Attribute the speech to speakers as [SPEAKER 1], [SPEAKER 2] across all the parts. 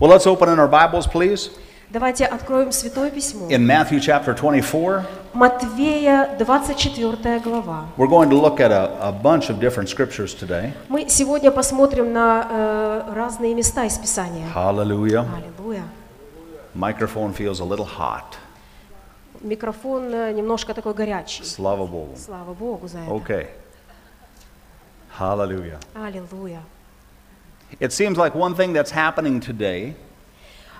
[SPEAKER 1] Well, let's open in our Bibles, please,
[SPEAKER 2] Давайте откроем Святое Письмо.
[SPEAKER 1] in Matthew chapter 24.
[SPEAKER 2] Матвея, 24 глава.
[SPEAKER 1] We're going to look at a, a bunch of different scriptures today.
[SPEAKER 2] Мы сегодня посмотрим на э, разные места из Писания.
[SPEAKER 1] Hallelujah.
[SPEAKER 2] Аллилуйя.
[SPEAKER 1] Microphone feels a little hot.
[SPEAKER 2] Микрофон э, немножко такой горячий.
[SPEAKER 1] Slava Bogu.
[SPEAKER 2] Слава Богу за это.
[SPEAKER 1] Okay. Hallelujah.
[SPEAKER 2] Аллилуйя.
[SPEAKER 1] It seems like one thing that's happening today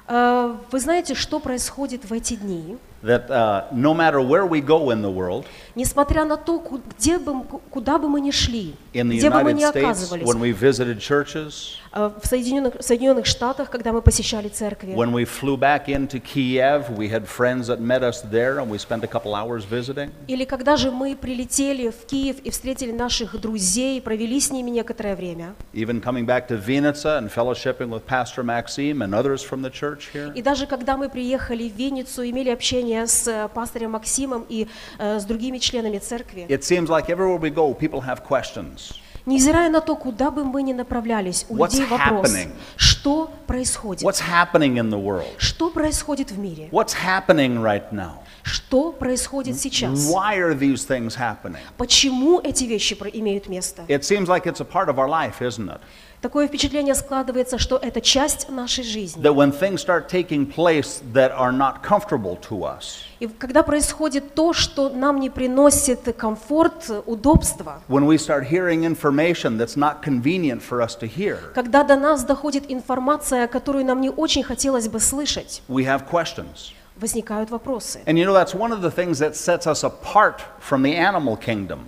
[SPEAKER 2] Э, вы знаете, что происходит в эти дни?
[SPEAKER 1] that uh, no matter where we go in the world,
[SPEAKER 2] Несмотря на то, ку- где бы, м- ку- куда бы мы ни шли,
[SPEAKER 1] in the
[SPEAKER 2] где бы мы
[SPEAKER 1] United
[SPEAKER 2] ни
[SPEAKER 1] States,
[SPEAKER 2] оказывались,
[SPEAKER 1] when we visited churches,
[SPEAKER 2] э, в Соединенных, в Соединенных Штатах, когда мы посещали церкви,
[SPEAKER 1] when we flew back into Kiev, we had friends that met us there and we spent a couple hours visiting.
[SPEAKER 2] Или когда же мы прилетели в Киев и встретили наших друзей, провели с ними некоторое время.
[SPEAKER 1] Even coming back to Vinica and fellowshipping with Pastor Maxime and others from the church here.
[SPEAKER 2] И даже когда мы приехали в Винницу, имели общение с э, пастором Максимом и э, с другими членами церкви.
[SPEAKER 1] It seems like everywhere we go, people have questions.
[SPEAKER 2] Невзирая на то, куда бы мы ни направлялись, у
[SPEAKER 1] What's
[SPEAKER 2] людей вопрос,
[SPEAKER 1] happening?
[SPEAKER 2] что происходит?
[SPEAKER 1] What's happening in the world?
[SPEAKER 2] Что происходит в мире?
[SPEAKER 1] What's happening right now?
[SPEAKER 2] Что происходит сейчас?
[SPEAKER 1] Why are these things happening?
[SPEAKER 2] Почему эти вещи про- имеют место?
[SPEAKER 1] It seems like it's a part of our life, isn't it?
[SPEAKER 2] Такое впечатление складывается, что это часть нашей жизни.
[SPEAKER 1] That when things start taking place that are not comfortable to us,
[SPEAKER 2] И когда происходит то, что нам не приносит комфорт, удобства,
[SPEAKER 1] when we start hearing information that's not convenient for us to hear,
[SPEAKER 2] когда до нас доходит информация, которую нам не очень хотелось бы слышать,
[SPEAKER 1] we have questions.
[SPEAKER 2] возникают вопросы.
[SPEAKER 1] And you know, that's one of the things that sets us apart from the animal kingdom.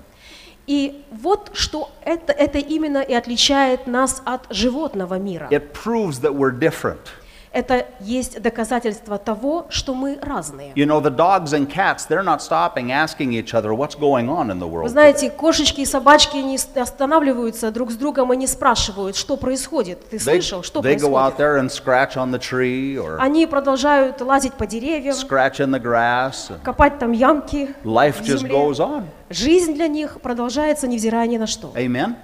[SPEAKER 2] И вот что это, это именно и отличает нас от животного мира.
[SPEAKER 1] It proves that we're different.
[SPEAKER 2] Это есть доказательство того, что мы разные.
[SPEAKER 1] You know, the dogs and cats, they're not stopping asking each other what's going on in the
[SPEAKER 2] Вы
[SPEAKER 1] world. today.
[SPEAKER 2] знаете, кошечки и собачки не с- останавливаются друг с другом и не спрашивают, что происходит. Ты
[SPEAKER 1] They,
[SPEAKER 2] слышал, что
[SPEAKER 1] they go out
[SPEAKER 2] происходит?
[SPEAKER 1] there and scratch on the tree or
[SPEAKER 2] Они продолжают лазить по деревьям,
[SPEAKER 1] scratch in the grass. and
[SPEAKER 2] копать там ямки.
[SPEAKER 1] Life
[SPEAKER 2] в
[SPEAKER 1] just
[SPEAKER 2] земле.
[SPEAKER 1] goes on.
[SPEAKER 2] Жизнь для них продолжается, невзирая ни на что.
[SPEAKER 1] Amen?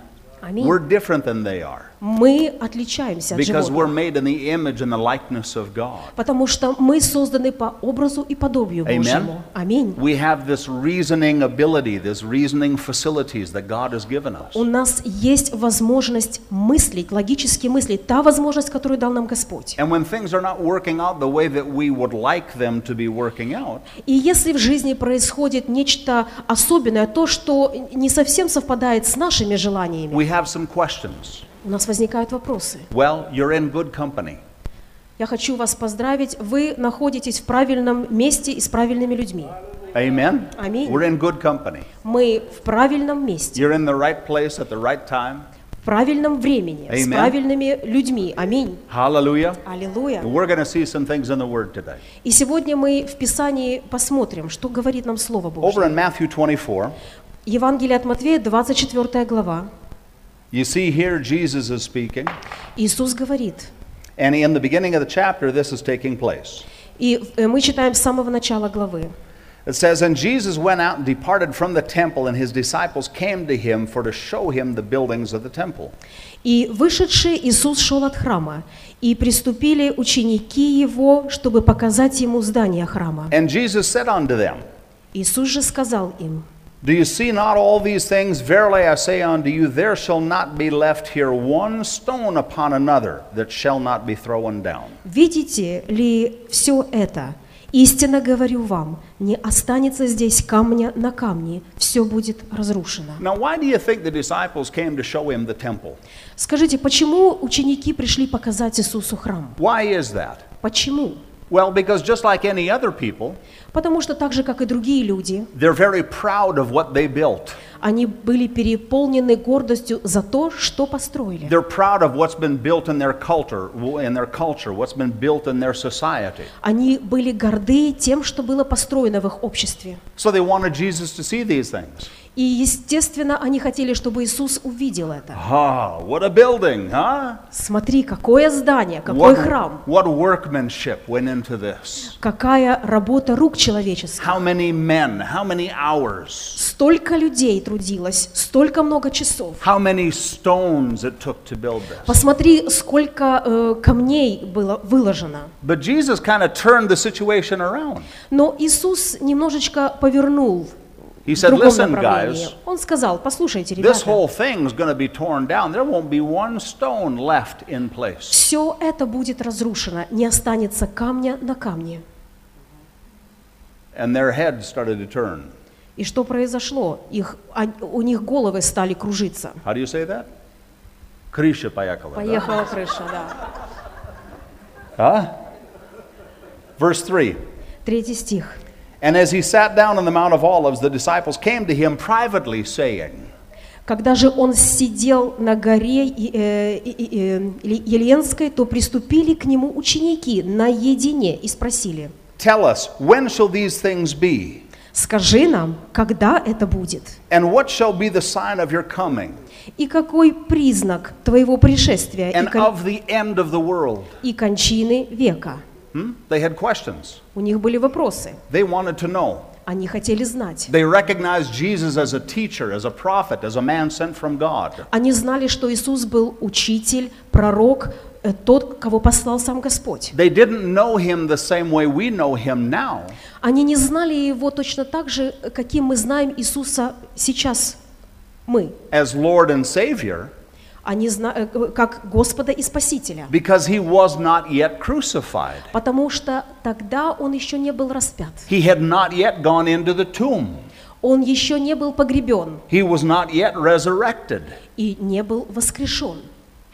[SPEAKER 2] Аминь.
[SPEAKER 1] We're different than they are
[SPEAKER 2] Мы отличаемся от
[SPEAKER 1] because we're
[SPEAKER 2] животных,
[SPEAKER 1] made in the image and the likeness of God.
[SPEAKER 2] потому что мы созданы по образу и подобию
[SPEAKER 1] Amen.
[SPEAKER 2] Божьему. Аминь.
[SPEAKER 1] We have this reasoning ability, this reasoning facilities that God has given us.
[SPEAKER 2] У нас есть возможность мыслить, логически мыслить, та возможность, которую дал нам Господь.
[SPEAKER 1] And when things are not working out the way that we would like them to be working out,
[SPEAKER 2] И если в жизни происходит нечто особенное, то, что не совсем совпадает с нашими желаниями,
[SPEAKER 1] we have some questions.
[SPEAKER 2] у нас возникают вопросы.
[SPEAKER 1] Well, you're in good company.
[SPEAKER 2] Я хочу вас поздравить, вы находитесь в правильном месте и с правильными людьми.
[SPEAKER 1] Amen?
[SPEAKER 2] Amen.
[SPEAKER 1] We're in good company.
[SPEAKER 2] Мы в правильном месте.
[SPEAKER 1] You're in the right place at the right time.
[SPEAKER 2] в правильном времени, с
[SPEAKER 1] Amen.
[SPEAKER 2] правильными людьми. Аминь.
[SPEAKER 1] Hallelujah.
[SPEAKER 2] Аллилуйя.
[SPEAKER 1] And we're going to see some things in the Word today.
[SPEAKER 2] И сегодня мы в Писании посмотрим, что говорит нам Слово
[SPEAKER 1] Over
[SPEAKER 2] Божье.
[SPEAKER 1] in Matthew 24,
[SPEAKER 2] Евангелие от Матвея, 24 глава.
[SPEAKER 1] you see here Jesus is speaking.
[SPEAKER 2] Иисус говорит,
[SPEAKER 1] And in the beginning of the chapter, this is taking place.
[SPEAKER 2] и э, мы читаем с самого начала главы.
[SPEAKER 1] It says, And Jesus went out and departed from the temple, and his disciples came to him for to show him the buildings of the temple.
[SPEAKER 2] «И вышедший Иисус шел от храма, и приступили ученики Его, чтобы показать Ему здание храма.
[SPEAKER 1] And Jesus said unto them,
[SPEAKER 2] Иисус же сказал им,
[SPEAKER 1] Do you see not all these things? Verily I say unto you, there shall not be left here one stone upon another that shall not be thrown down.
[SPEAKER 2] Видите ли все это? Истинно говорю вам, не останется здесь камня на камне, все будет разрушено.
[SPEAKER 1] Now, why do you think the disciples came to show him the temple?
[SPEAKER 2] Скажите, почему ученики пришли показать Иисусу храм?
[SPEAKER 1] Why is that?
[SPEAKER 2] Почему?
[SPEAKER 1] Well, because just like any other people,
[SPEAKER 2] Потому что так же, как и другие люди,
[SPEAKER 1] they're very proud of what they built.
[SPEAKER 2] они были переполнены гордостью за то, что построили.
[SPEAKER 1] They're proud of what's been built in their culture, in their culture, what's been built in their society.
[SPEAKER 2] Они были горды тем, что было построено в их обществе.
[SPEAKER 1] So they wanted Jesus to see these things.
[SPEAKER 2] И, естественно, они хотели, чтобы Иисус увидел это.
[SPEAKER 1] Ah, what a building, huh?
[SPEAKER 2] Смотри, какое здание, какой
[SPEAKER 1] What,
[SPEAKER 2] храм,
[SPEAKER 1] what workmanship went into this?
[SPEAKER 2] какая работа рук человеческих.
[SPEAKER 1] How many men? How many hours?
[SPEAKER 2] Столько людей трудилось, столько много часов.
[SPEAKER 1] How many stones it took to build this?
[SPEAKER 2] Посмотри, сколько э, камней было выложено.
[SPEAKER 1] But Jesus kind of turned the situation around.
[SPEAKER 2] Но Иисус немножечко повернул
[SPEAKER 1] He
[SPEAKER 2] в
[SPEAKER 1] said,
[SPEAKER 2] другом
[SPEAKER 1] "Listen,
[SPEAKER 2] направлении.
[SPEAKER 1] guys,
[SPEAKER 2] Он сказал, послушайте,
[SPEAKER 1] This
[SPEAKER 2] ребята,
[SPEAKER 1] whole thing's going to be torn down. There won't be one stone left in place.
[SPEAKER 2] все это будет разрушено, не останется камня на камне.
[SPEAKER 1] And their heads started to turn.
[SPEAKER 2] И что произошло? Их, он- у них головы стали кружиться.
[SPEAKER 1] How do you say that? Крыша поехала. да?
[SPEAKER 2] Поехала крыша, да.
[SPEAKER 1] Huh? Verse 3.
[SPEAKER 2] Третий стих.
[SPEAKER 1] And as he sat down on the Mount of Olives, the disciples came to him privately, saying,
[SPEAKER 2] Когда же он сидел на горе И- э, И- И- э, Или- Еленской, то приступили к нему ученики наедине и спросили,
[SPEAKER 1] Tell us, when shall these things be?
[SPEAKER 2] скажи нам, когда это будет?
[SPEAKER 1] And what shall be the sign of your coming
[SPEAKER 2] И какой признак твоего пришествия и,
[SPEAKER 1] and
[SPEAKER 2] кон-
[SPEAKER 1] of the end of the world?
[SPEAKER 2] и кончины века?
[SPEAKER 1] Hmm? They had questions.
[SPEAKER 2] У них были вопросы,
[SPEAKER 1] They wanted to know.
[SPEAKER 2] они хотели знать.
[SPEAKER 1] They recognized Jesus as a teacher, as a prophet, as a man sent from God.
[SPEAKER 2] Они знали, что Иисус был учитель, пророк, э, тот, кого послал сам Господь.
[SPEAKER 1] They didn't know him the same way we know him now.
[SPEAKER 2] Они не знали Его точно так же, каким мы знаем Иисуса сейчас мы.
[SPEAKER 1] as Lord and Savior
[SPEAKER 2] Они зна- э, э, как Господа и Спасителя.
[SPEAKER 1] because he was not yet crucified.
[SPEAKER 2] Потому что тогда Он еще не был распят.
[SPEAKER 1] He had not yet gone into the tomb.
[SPEAKER 2] Он еще не был погребен
[SPEAKER 1] He was not yet resurrected.
[SPEAKER 2] и не был воскрешен.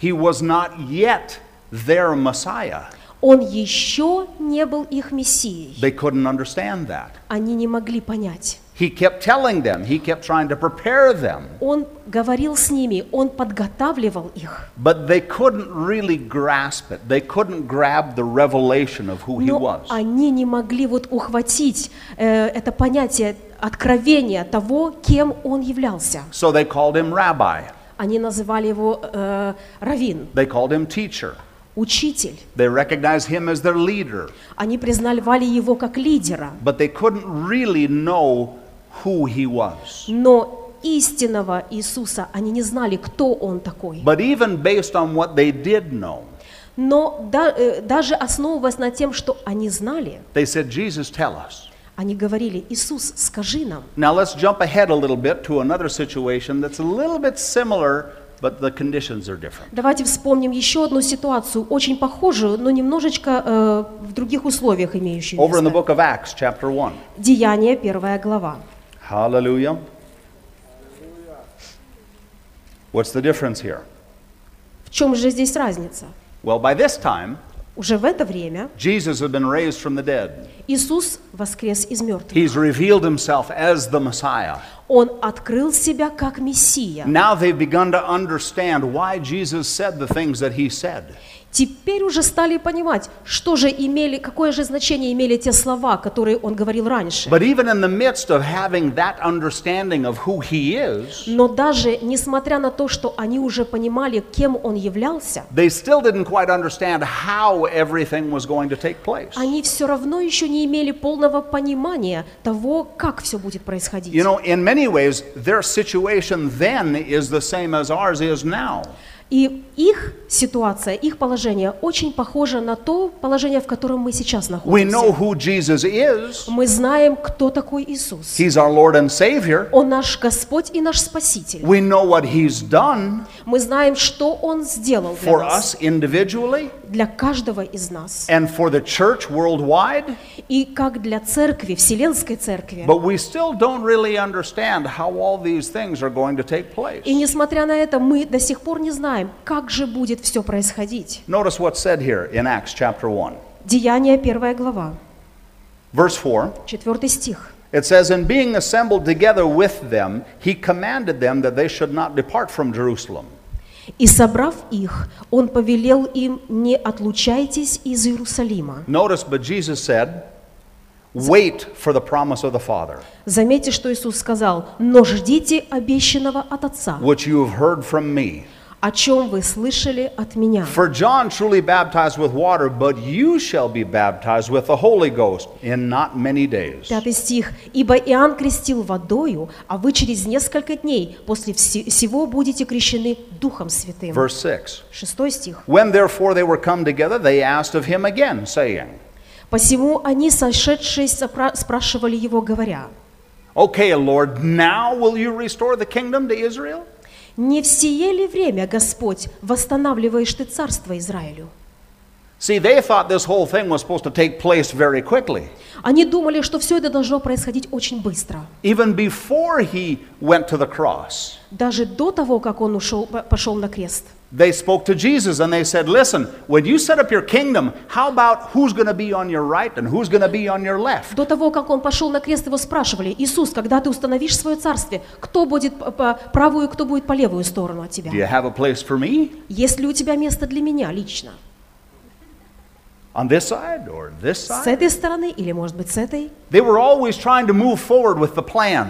[SPEAKER 1] He was not yet their Messiah.
[SPEAKER 2] Он еще не был их Мессией.
[SPEAKER 1] They couldn't understand that.
[SPEAKER 2] Они не могли понять.
[SPEAKER 1] He kept telling them, he kept trying to prepare them,
[SPEAKER 2] Он говорил с ними, Он подготавливал их.
[SPEAKER 1] but they couldn't really grasp it. They couldn't grab the revelation of who he
[SPEAKER 2] Но
[SPEAKER 1] was.
[SPEAKER 2] они не могли вот ухватить э, это понятие откровения того, кем он являлся.
[SPEAKER 1] So they called him rabbi,
[SPEAKER 2] Они называли его э, равин,
[SPEAKER 1] they called him teacher.
[SPEAKER 2] учитель.
[SPEAKER 1] They recognized him as their leader.
[SPEAKER 2] Они признавали его как лидера,
[SPEAKER 1] but they couldn't really know who he was.
[SPEAKER 2] но истинного Иисуса они не знали, кто он такой.
[SPEAKER 1] But even based on what they did know,
[SPEAKER 2] Но да- э, даже основываясь на тем, что они знали,
[SPEAKER 1] they said, Jesus, tell us.
[SPEAKER 2] они говорили, Иисус, скажи нам.
[SPEAKER 1] Now let's jump ahead a little bit to another situation that's a little bit similar, but the conditions are different.
[SPEAKER 2] Давайте вспомним еще одну ситуацию, очень похожую, но немножечко э, в других условиях имеющую
[SPEAKER 1] Over in the
[SPEAKER 2] место.
[SPEAKER 1] book of Acts, chapter 1.
[SPEAKER 2] Деяние, первая глава.
[SPEAKER 1] Hallelujah. What's the difference here?
[SPEAKER 2] В чем же здесь разница?
[SPEAKER 1] Well, by this time,
[SPEAKER 2] Уже в это время
[SPEAKER 1] Jesus had been raised from the dead.
[SPEAKER 2] Иисус воскрес из мертвых.
[SPEAKER 1] He's revealed himself as the Messiah.
[SPEAKER 2] Он открыл себя как Мессия.
[SPEAKER 1] Now they've begun to understand why Jesus said the things that he said.
[SPEAKER 2] Теперь уже стали понимать, что же имели, какое же значение имели те слова, которые он говорил раньше.
[SPEAKER 1] But even in the midst of having that understanding of who he is,
[SPEAKER 2] Но даже несмотря на то, что они уже понимали, кем он являлся,
[SPEAKER 1] they still didn't quite understand how everything was going to take place.
[SPEAKER 2] они все равно еще не имели полного понимания того, как все будет происходить.
[SPEAKER 1] You know, in many ways, their situation then is the same as ours is now.
[SPEAKER 2] И их ситуация, их положение очень похоже на то положение, в котором мы сейчас
[SPEAKER 1] We
[SPEAKER 2] находимся.
[SPEAKER 1] know who Jesus is,
[SPEAKER 2] Мы знаем, кто такой Иисус.
[SPEAKER 1] he's our Lord and Savior.
[SPEAKER 2] Он наш Господь и наш Спаситель.
[SPEAKER 1] We know what he's done
[SPEAKER 2] Мы знаем, что Он сделал для
[SPEAKER 1] for
[SPEAKER 2] нас,
[SPEAKER 1] us individually
[SPEAKER 2] для каждого из нас,
[SPEAKER 1] and for the church worldwide.
[SPEAKER 2] и как для церкви, Вселенской церкви.
[SPEAKER 1] But we still don't really understand how all these things are going to take
[SPEAKER 2] И
[SPEAKER 1] place.
[SPEAKER 2] несмотря на это, мы до сих пор не знаем, как же будет все происходить.
[SPEAKER 1] Notice what's said here in Acts chapter 1,
[SPEAKER 2] Деяние, первая глава,
[SPEAKER 1] verse 4.
[SPEAKER 2] четвертый стих.
[SPEAKER 1] It says, And being assembled together with them, he commanded them that they should not depart from Jerusalem,
[SPEAKER 2] «И собрав их, он повелел им, не отлучайтесь из Иерусалима».
[SPEAKER 1] Notice, but Jesus said, Wait for the promise of the Father,
[SPEAKER 2] Заметьте, что Иисус сказал, но ждите обещанного от Отца,
[SPEAKER 1] which you have heard from me.
[SPEAKER 2] о чем вы слышали от меня.
[SPEAKER 1] For John truly baptized with water, but you shall be baptized with the Holy Ghost in not many days.
[SPEAKER 2] Пятый стих. «Ибо Иоанн крестил водою, а вы через несколько дней после вси- всего будете крещены Духом Святым».
[SPEAKER 1] Verse 6.
[SPEAKER 2] Шестой стих.
[SPEAKER 1] When therefore they were come together, they asked of him again, saying,
[SPEAKER 2] «Посему они, сошедшие, сопра- спрашивали его, говоря,
[SPEAKER 1] Okay, Lord, now will you restore the kingdom to Israel?
[SPEAKER 2] «Не в сие ли время, Господь, восстанавливаешь ты царство Израилю?»
[SPEAKER 1] See, they thought this whole thing was supposed to take place very quickly.
[SPEAKER 2] Они думали, что все это должно происходить очень быстро.
[SPEAKER 1] Even before he went to the cross,
[SPEAKER 2] Даже до того, как он ушел, по- пошел на крест.
[SPEAKER 1] they spoke to Jesus and they said, Listen, when you set up your kingdom, how about who's going to be on your right and who's going to be on your left?
[SPEAKER 2] До того, как он пошел на крест, его спрашивали, «Иисус, когда ты установишь свое царствие, кто будет по- по правую и кто будет по левую сторону от тебя?»
[SPEAKER 1] Do you have a place for me?
[SPEAKER 2] Есть ли у тебя место для меня лично?
[SPEAKER 1] On this side or this
[SPEAKER 2] С
[SPEAKER 1] side?
[SPEAKER 2] этой стороны или, может быть, с этой?
[SPEAKER 1] They were always trying to move forward with the plan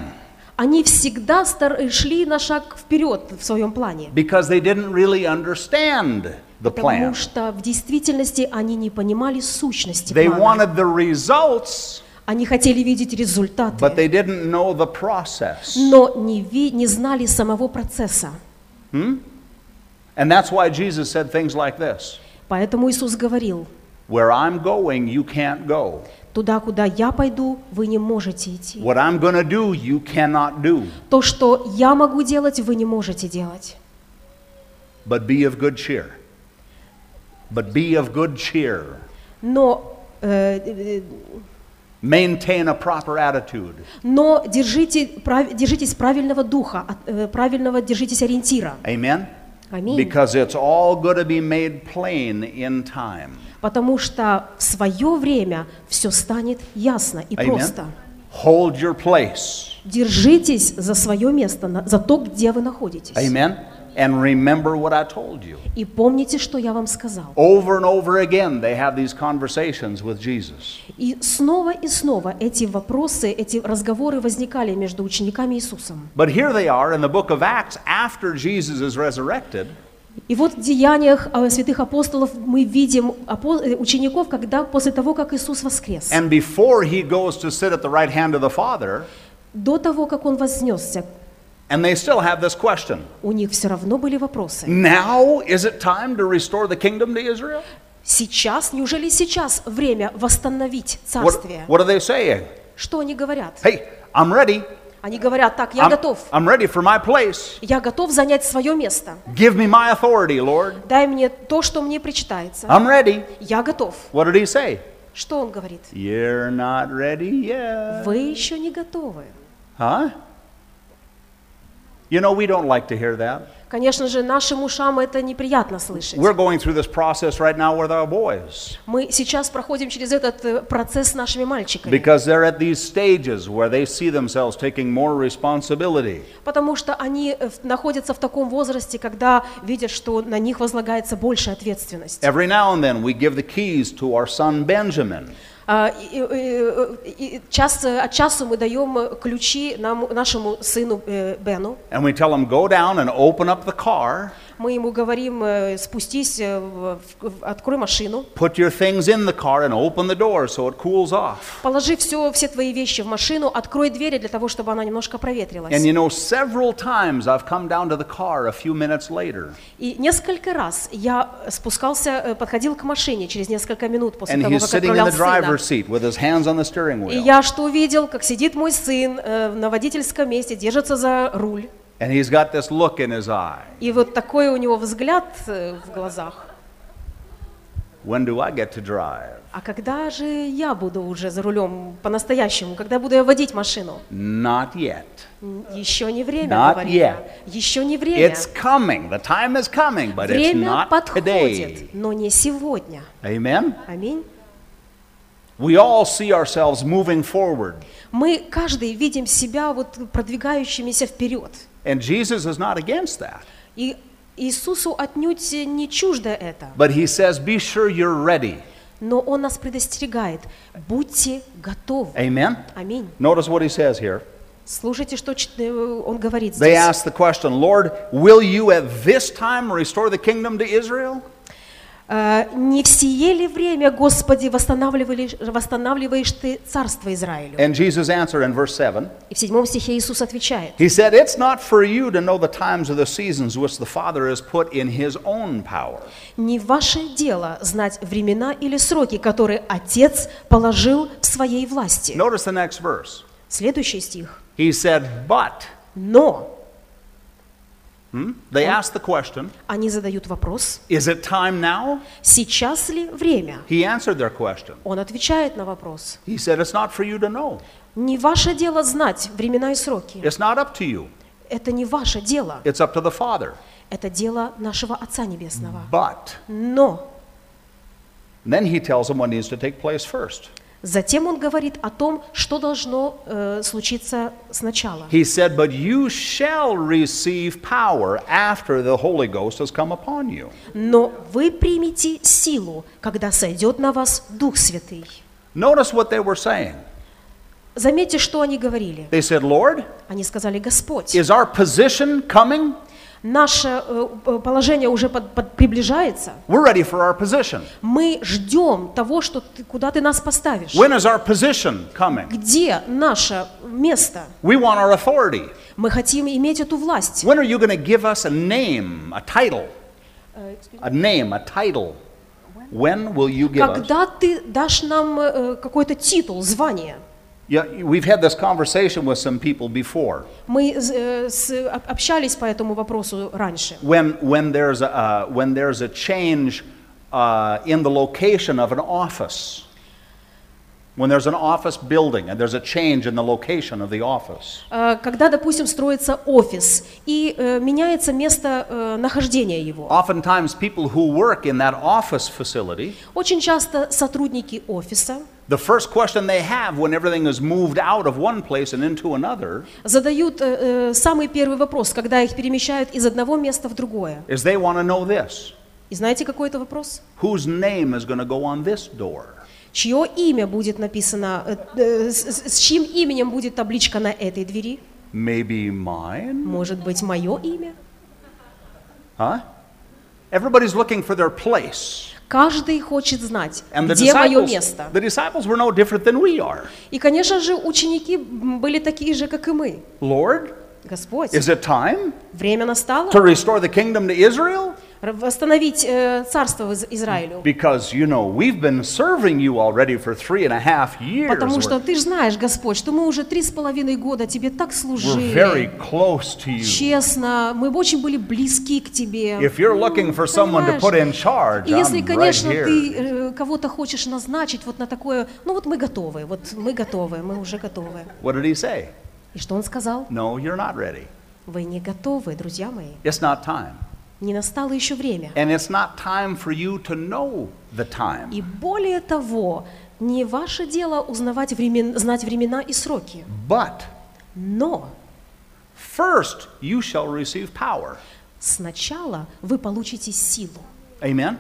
[SPEAKER 2] Они всегда стар- шли на шаг вперед в своем плане,
[SPEAKER 1] because they didn't really understand the
[SPEAKER 2] потому
[SPEAKER 1] plan.
[SPEAKER 2] что в действительности они не понимали сущности
[SPEAKER 1] They
[SPEAKER 2] плана.
[SPEAKER 1] wanted the results,
[SPEAKER 2] Они хотели видеть
[SPEAKER 1] but
[SPEAKER 2] результаты,
[SPEAKER 1] they didn't know the process.
[SPEAKER 2] но не, ви- не знали самого процесса.
[SPEAKER 1] And that's why Jesus said things like this
[SPEAKER 2] Поэтому Иисус говорил,
[SPEAKER 1] Where I'm going, you can't go.
[SPEAKER 2] туда, куда я пойду, вы не можете идти.
[SPEAKER 1] What I'm going to do, you cannot do.
[SPEAKER 2] То, что я могу делать, вы не можете делать.
[SPEAKER 1] But be of good cheer. But be of good cheer.
[SPEAKER 2] Но, э, э,
[SPEAKER 1] Maintain a proper attitude
[SPEAKER 2] но держите, прав- держитесь правильного духа, от- э, правильного держитесь ориентира.
[SPEAKER 1] Amen?
[SPEAKER 2] Аминь.
[SPEAKER 1] Because it's all going to be made plain in time.
[SPEAKER 2] Потому что в свое время все станет ясно и
[SPEAKER 1] Amen?
[SPEAKER 2] просто.
[SPEAKER 1] Hold your place.
[SPEAKER 2] Держитесь за свое место, на- за то, где вы находитесь.
[SPEAKER 1] Amen? And remember what I told you.
[SPEAKER 2] И помните, что я вам сказал.
[SPEAKER 1] Over and over again, they have these conversations with Jesus.
[SPEAKER 2] И снова и снова эти вопросы, эти разговоры возникали между учениками Иисусом.
[SPEAKER 1] But here they are in the book of Acts after Jesus is resurrected,
[SPEAKER 2] И вот в деяниях э, святых апостолов мы видим апо- э, учеников, когда после того, как Иисус воскрес,
[SPEAKER 1] and before he goes to sit at the right hand of the Father,
[SPEAKER 2] до того, как Он вознесся,
[SPEAKER 1] and they still have this question
[SPEAKER 2] у них все равно были вопросы.
[SPEAKER 1] Now is it time to restore the kingdom to Israel?
[SPEAKER 2] Сейчас, неужели сейчас время восстановить
[SPEAKER 1] What,
[SPEAKER 2] царствие?
[SPEAKER 1] what are they saying?
[SPEAKER 2] Что они говорят?
[SPEAKER 1] Hey, I'm ready.
[SPEAKER 2] Они говорят, так, я
[SPEAKER 1] I'm,
[SPEAKER 2] готов,
[SPEAKER 1] I'm ready for my place.
[SPEAKER 2] я готов занять свое место.
[SPEAKER 1] Give me my authority, Lord.
[SPEAKER 2] Дай мне то, что мне причитается.
[SPEAKER 1] I'm ready.
[SPEAKER 2] Я готов.
[SPEAKER 1] What did he say?
[SPEAKER 2] Что он говорит?
[SPEAKER 1] You're not ready yet.
[SPEAKER 2] Вы еще не готовы.
[SPEAKER 1] Huh? You know, we don't like to hear that.
[SPEAKER 2] Конечно же, нашим ушам это неприятно слышать.
[SPEAKER 1] We're going through this process right now with our boys
[SPEAKER 2] Мы сейчас проходим через этот э, процесс с нашими мальчиками,
[SPEAKER 1] because they're at these stages where they see themselves taking more responsibility.
[SPEAKER 2] потому что они э, в- находятся в таком возрасте, когда видят, что на них возлагается большая ответственность.
[SPEAKER 1] Every now and then, we give the keys to our son Benjamin.
[SPEAKER 2] А, и- и- и- и час э, от часу мы даем э, ключи нам- нашему сыну э, Бену.
[SPEAKER 1] And we tell him, go down and open up the car,
[SPEAKER 2] Мы ему говорим, э, спустись, э, в- в- открой машину,
[SPEAKER 1] put your things in the car, and open the door so it cools off.
[SPEAKER 2] положи все, все твои вещи в машину, открой двери для того, чтобы она немножко
[SPEAKER 1] And
[SPEAKER 2] проветрилась.
[SPEAKER 1] you know, several times I've come down to the car a few minutes later,
[SPEAKER 2] И несколько раз я спускался, э, подходил к машине через несколько минут после
[SPEAKER 1] and
[SPEAKER 2] того,
[SPEAKER 1] he's
[SPEAKER 2] как
[SPEAKER 1] sitting in
[SPEAKER 2] отправлял
[SPEAKER 1] the
[SPEAKER 2] сына.
[SPEAKER 1] driver's seat with his hands on the steering
[SPEAKER 2] И
[SPEAKER 1] wheel.
[SPEAKER 2] я что увидел, как сидит мой сын э, на водительском месте, держится за руль.
[SPEAKER 1] And he's got this look in his eye.
[SPEAKER 2] И вот такой у него взгляд э, в глазах.
[SPEAKER 1] When do I get to drive?
[SPEAKER 2] А когда же я буду уже за рулем по-настоящему? Когда буду я водить машину?
[SPEAKER 1] Not yet.
[SPEAKER 2] М, Еще не время,
[SPEAKER 1] Not
[SPEAKER 2] говорю я.
[SPEAKER 1] yet.
[SPEAKER 2] Еще не время.
[SPEAKER 1] It's coming. The time is coming, but it's
[SPEAKER 2] Время
[SPEAKER 1] not today.
[SPEAKER 2] подходит, но не сегодня.
[SPEAKER 1] Amen?
[SPEAKER 2] Аминь.
[SPEAKER 1] We all see ourselves moving forward,
[SPEAKER 2] Мы каждый видим себя вот продвигающимися вперед.
[SPEAKER 1] and Jesus is not against that.
[SPEAKER 2] И Иисусу отнюдь не чуждо это.
[SPEAKER 1] But he says, be sure you're ready.
[SPEAKER 2] но Он нас предостерегает. Будьте готовы.
[SPEAKER 1] Amen?
[SPEAKER 2] Аминь.
[SPEAKER 1] Notice what he says here.
[SPEAKER 2] Слушайте, что чит- э, Он говорит
[SPEAKER 1] They
[SPEAKER 2] здесь.
[SPEAKER 1] asked the question, Lord, will you at this time restore the kingdom to Israel?
[SPEAKER 2] Э, «Не в сие ли время, Господи, восстанавливали- восстанавливаешь Ты царство Израилю?»
[SPEAKER 1] And Jesus answered in verse 7.
[SPEAKER 2] И в седьмом стихе Иисус отвечает.
[SPEAKER 1] He said, It's not for you to know the times of the seasons which the Father has put in his own power.
[SPEAKER 2] «Не ваше дело знать времена или сроки, которые Отец положил в Своей власти».
[SPEAKER 1] Notice the next verse.
[SPEAKER 2] Следующий стих.
[SPEAKER 1] He said, But
[SPEAKER 2] «Но»
[SPEAKER 1] they asked the question,
[SPEAKER 2] они задают вопрос,
[SPEAKER 1] Is it time now?
[SPEAKER 2] сейчас ли время?
[SPEAKER 1] He answered their question.
[SPEAKER 2] Он отвечает на вопрос.
[SPEAKER 1] He said, It's not for you to know.
[SPEAKER 2] Не ваше дело знать времена и сроки.
[SPEAKER 1] It's not up to you.
[SPEAKER 2] Это не ваше дело.
[SPEAKER 1] It's up to the Father.
[SPEAKER 2] Это дело нашего Отца Небесного.
[SPEAKER 1] But
[SPEAKER 2] Но
[SPEAKER 1] then he tells them what needs to take place first.
[SPEAKER 2] затем он говорит о том, что должно э, случиться сначала.
[SPEAKER 1] He said, But you shall receive power after the Holy Ghost has come upon you.
[SPEAKER 2] Но вы примете силу, когда сойдет на вас Дух Святый.
[SPEAKER 1] Notice what they were saying.
[SPEAKER 2] Заметьте, что они говорили.
[SPEAKER 1] They said, Lord,
[SPEAKER 2] Они сказали, Господь,
[SPEAKER 1] is our position coming?
[SPEAKER 2] наше э, э, положение уже под- под- приближается.
[SPEAKER 1] We're ready for our position.
[SPEAKER 2] Мы ждем того, что ты, куда ты нас поставишь.
[SPEAKER 1] When is our position coming?
[SPEAKER 2] Где наше место?
[SPEAKER 1] We want our authority.
[SPEAKER 2] Мы хотим иметь эту власть.
[SPEAKER 1] When are you going to give us a name, a title?
[SPEAKER 2] Э,
[SPEAKER 1] A name, a title. When will you give us?
[SPEAKER 2] Когда ты дашь нам э, какой-то титул, звание?
[SPEAKER 1] Yeah, we've had this conversation with some people before.
[SPEAKER 2] Мы э, с- об- общались по этому вопросу раньше.
[SPEAKER 1] When, when, there's, a, uh, when there's a change uh, in the location of an office, when there's an office building and there's a change in the location of the office,
[SPEAKER 2] Э, Когда, допустим, строится офис и э, меняется место э, нахождения его.
[SPEAKER 1] oftentimes people who work in that office facility,
[SPEAKER 2] Очень часто сотрудники офиса
[SPEAKER 1] the first question they have when everything is moved out of one place and into another
[SPEAKER 2] задают э, э, самый первый вопрос, когда их перемещают из одного места в другое.
[SPEAKER 1] is they want to know this
[SPEAKER 2] И знаете, какой это вопрос?
[SPEAKER 1] whose name is going to go on this door?
[SPEAKER 2] Чье имя будет написано, э, э, с, с- с чьим именем будет табличка на этой двери?
[SPEAKER 1] Maybe mine?
[SPEAKER 2] Может быть, мое имя?
[SPEAKER 1] Huh? Everybody's looking for their place.
[SPEAKER 2] Каждый хочет знать,
[SPEAKER 1] And the
[SPEAKER 2] где мое
[SPEAKER 1] disciples,
[SPEAKER 2] место.
[SPEAKER 1] the disciples were no different than we are.
[SPEAKER 2] И, конечно же, ученики м, были такие же, как и мы.
[SPEAKER 1] Lord,
[SPEAKER 2] Господь,
[SPEAKER 1] is it time
[SPEAKER 2] время настало
[SPEAKER 1] to restore the kingdom to Israel?
[SPEAKER 2] р- восстановить э, царство Из- Израилю.
[SPEAKER 1] Because, you know, we've been serving you already for three and a half years.
[SPEAKER 2] Потому что
[SPEAKER 1] We're,
[SPEAKER 2] ты же знаешь, Господь, что мы уже три с половиной года тебе так
[SPEAKER 1] we're very
[SPEAKER 2] служили.
[SPEAKER 1] close to you.
[SPEAKER 2] Честно, мы очень были близки к тебе. Ну,
[SPEAKER 1] If you're looking for someone to put in charge,
[SPEAKER 2] И если,
[SPEAKER 1] I'm right
[SPEAKER 2] конечно, ты
[SPEAKER 1] here.
[SPEAKER 2] э, кого-то хочешь назначить вот на такое, ну вот мы готовы, вот мы готовы, мы уже готовы.
[SPEAKER 1] What did he say?
[SPEAKER 2] И что он сказал?
[SPEAKER 1] No, you're not ready.
[SPEAKER 2] Вы не готовы, друзья мои.
[SPEAKER 1] It's not time.
[SPEAKER 2] Не настало еще время.
[SPEAKER 1] And it's not time for you to know the time.
[SPEAKER 2] И более того, не ваше дело узнавать времен, знать времена и сроки.
[SPEAKER 1] But
[SPEAKER 2] Но
[SPEAKER 1] first you shall receive power.
[SPEAKER 2] сначала вы получите силу.
[SPEAKER 1] Amen?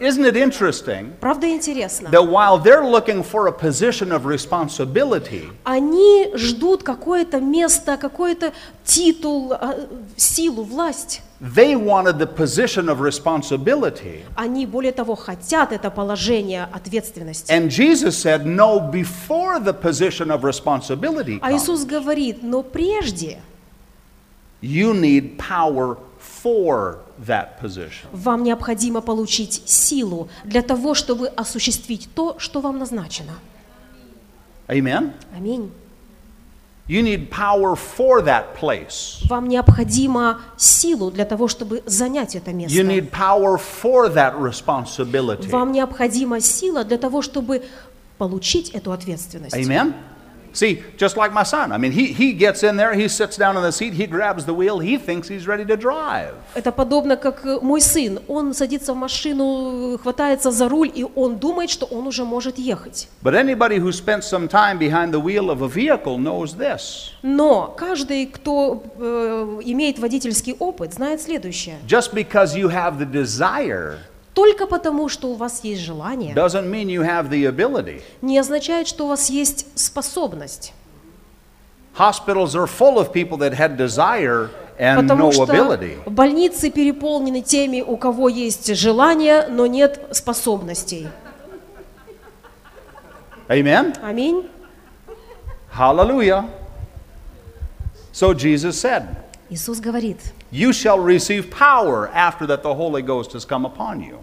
[SPEAKER 1] Isn't it interesting
[SPEAKER 2] Правда интересно?
[SPEAKER 1] that while they're looking for a position of responsibility,
[SPEAKER 2] Они ждут какое-то место, какой-то титул, а, силу, власть.
[SPEAKER 1] they wanted the position of responsibility?
[SPEAKER 2] Они, более того, хотят это положение ответственности.
[SPEAKER 1] And Jesus said, No, before the position of responsibility,
[SPEAKER 2] А
[SPEAKER 1] comes,
[SPEAKER 2] Иисус говорит, но прежде
[SPEAKER 1] you need power for that position.
[SPEAKER 2] вам необходимо получить силу для того, чтобы осуществить то, что вам назначено.
[SPEAKER 1] Amen?
[SPEAKER 2] Аминь.
[SPEAKER 1] You need power for that place.
[SPEAKER 2] Вам необходимо силу для того, чтобы занять это
[SPEAKER 1] You
[SPEAKER 2] место.
[SPEAKER 1] need power for that responsibility.
[SPEAKER 2] Вам необходима сила для того, чтобы получить эту ответственность.
[SPEAKER 1] Amen? See, just like my son. I mean, he, he gets in there, he sits down in the seat, he grabs the wheel, he thinks he's ready to drive.
[SPEAKER 2] Это подобно, как э, мой сын. Он садится в машину, э, хватается за руль, и он думает, что он уже может ехать.
[SPEAKER 1] But anybody who spent some time behind the wheel of a vehicle knows this.
[SPEAKER 2] Но каждый, кто э, имеет водительский опыт, знает следующее.
[SPEAKER 1] Just because you have the desire
[SPEAKER 2] Только потому, что у вас есть желание,
[SPEAKER 1] doesn't mean you have the ability.
[SPEAKER 2] не означает, что у вас есть способность.
[SPEAKER 1] Hospitals are full of people that had desire and
[SPEAKER 2] Потому
[SPEAKER 1] no
[SPEAKER 2] что
[SPEAKER 1] ability.
[SPEAKER 2] больницы переполнены теми, у кого есть желание, но нет способностей.
[SPEAKER 1] Amen?
[SPEAKER 2] Аминь.
[SPEAKER 1] Hallelujah. So Jesus said,
[SPEAKER 2] Иисус говорит,
[SPEAKER 1] You shall receive power after that the Holy Ghost has come upon you.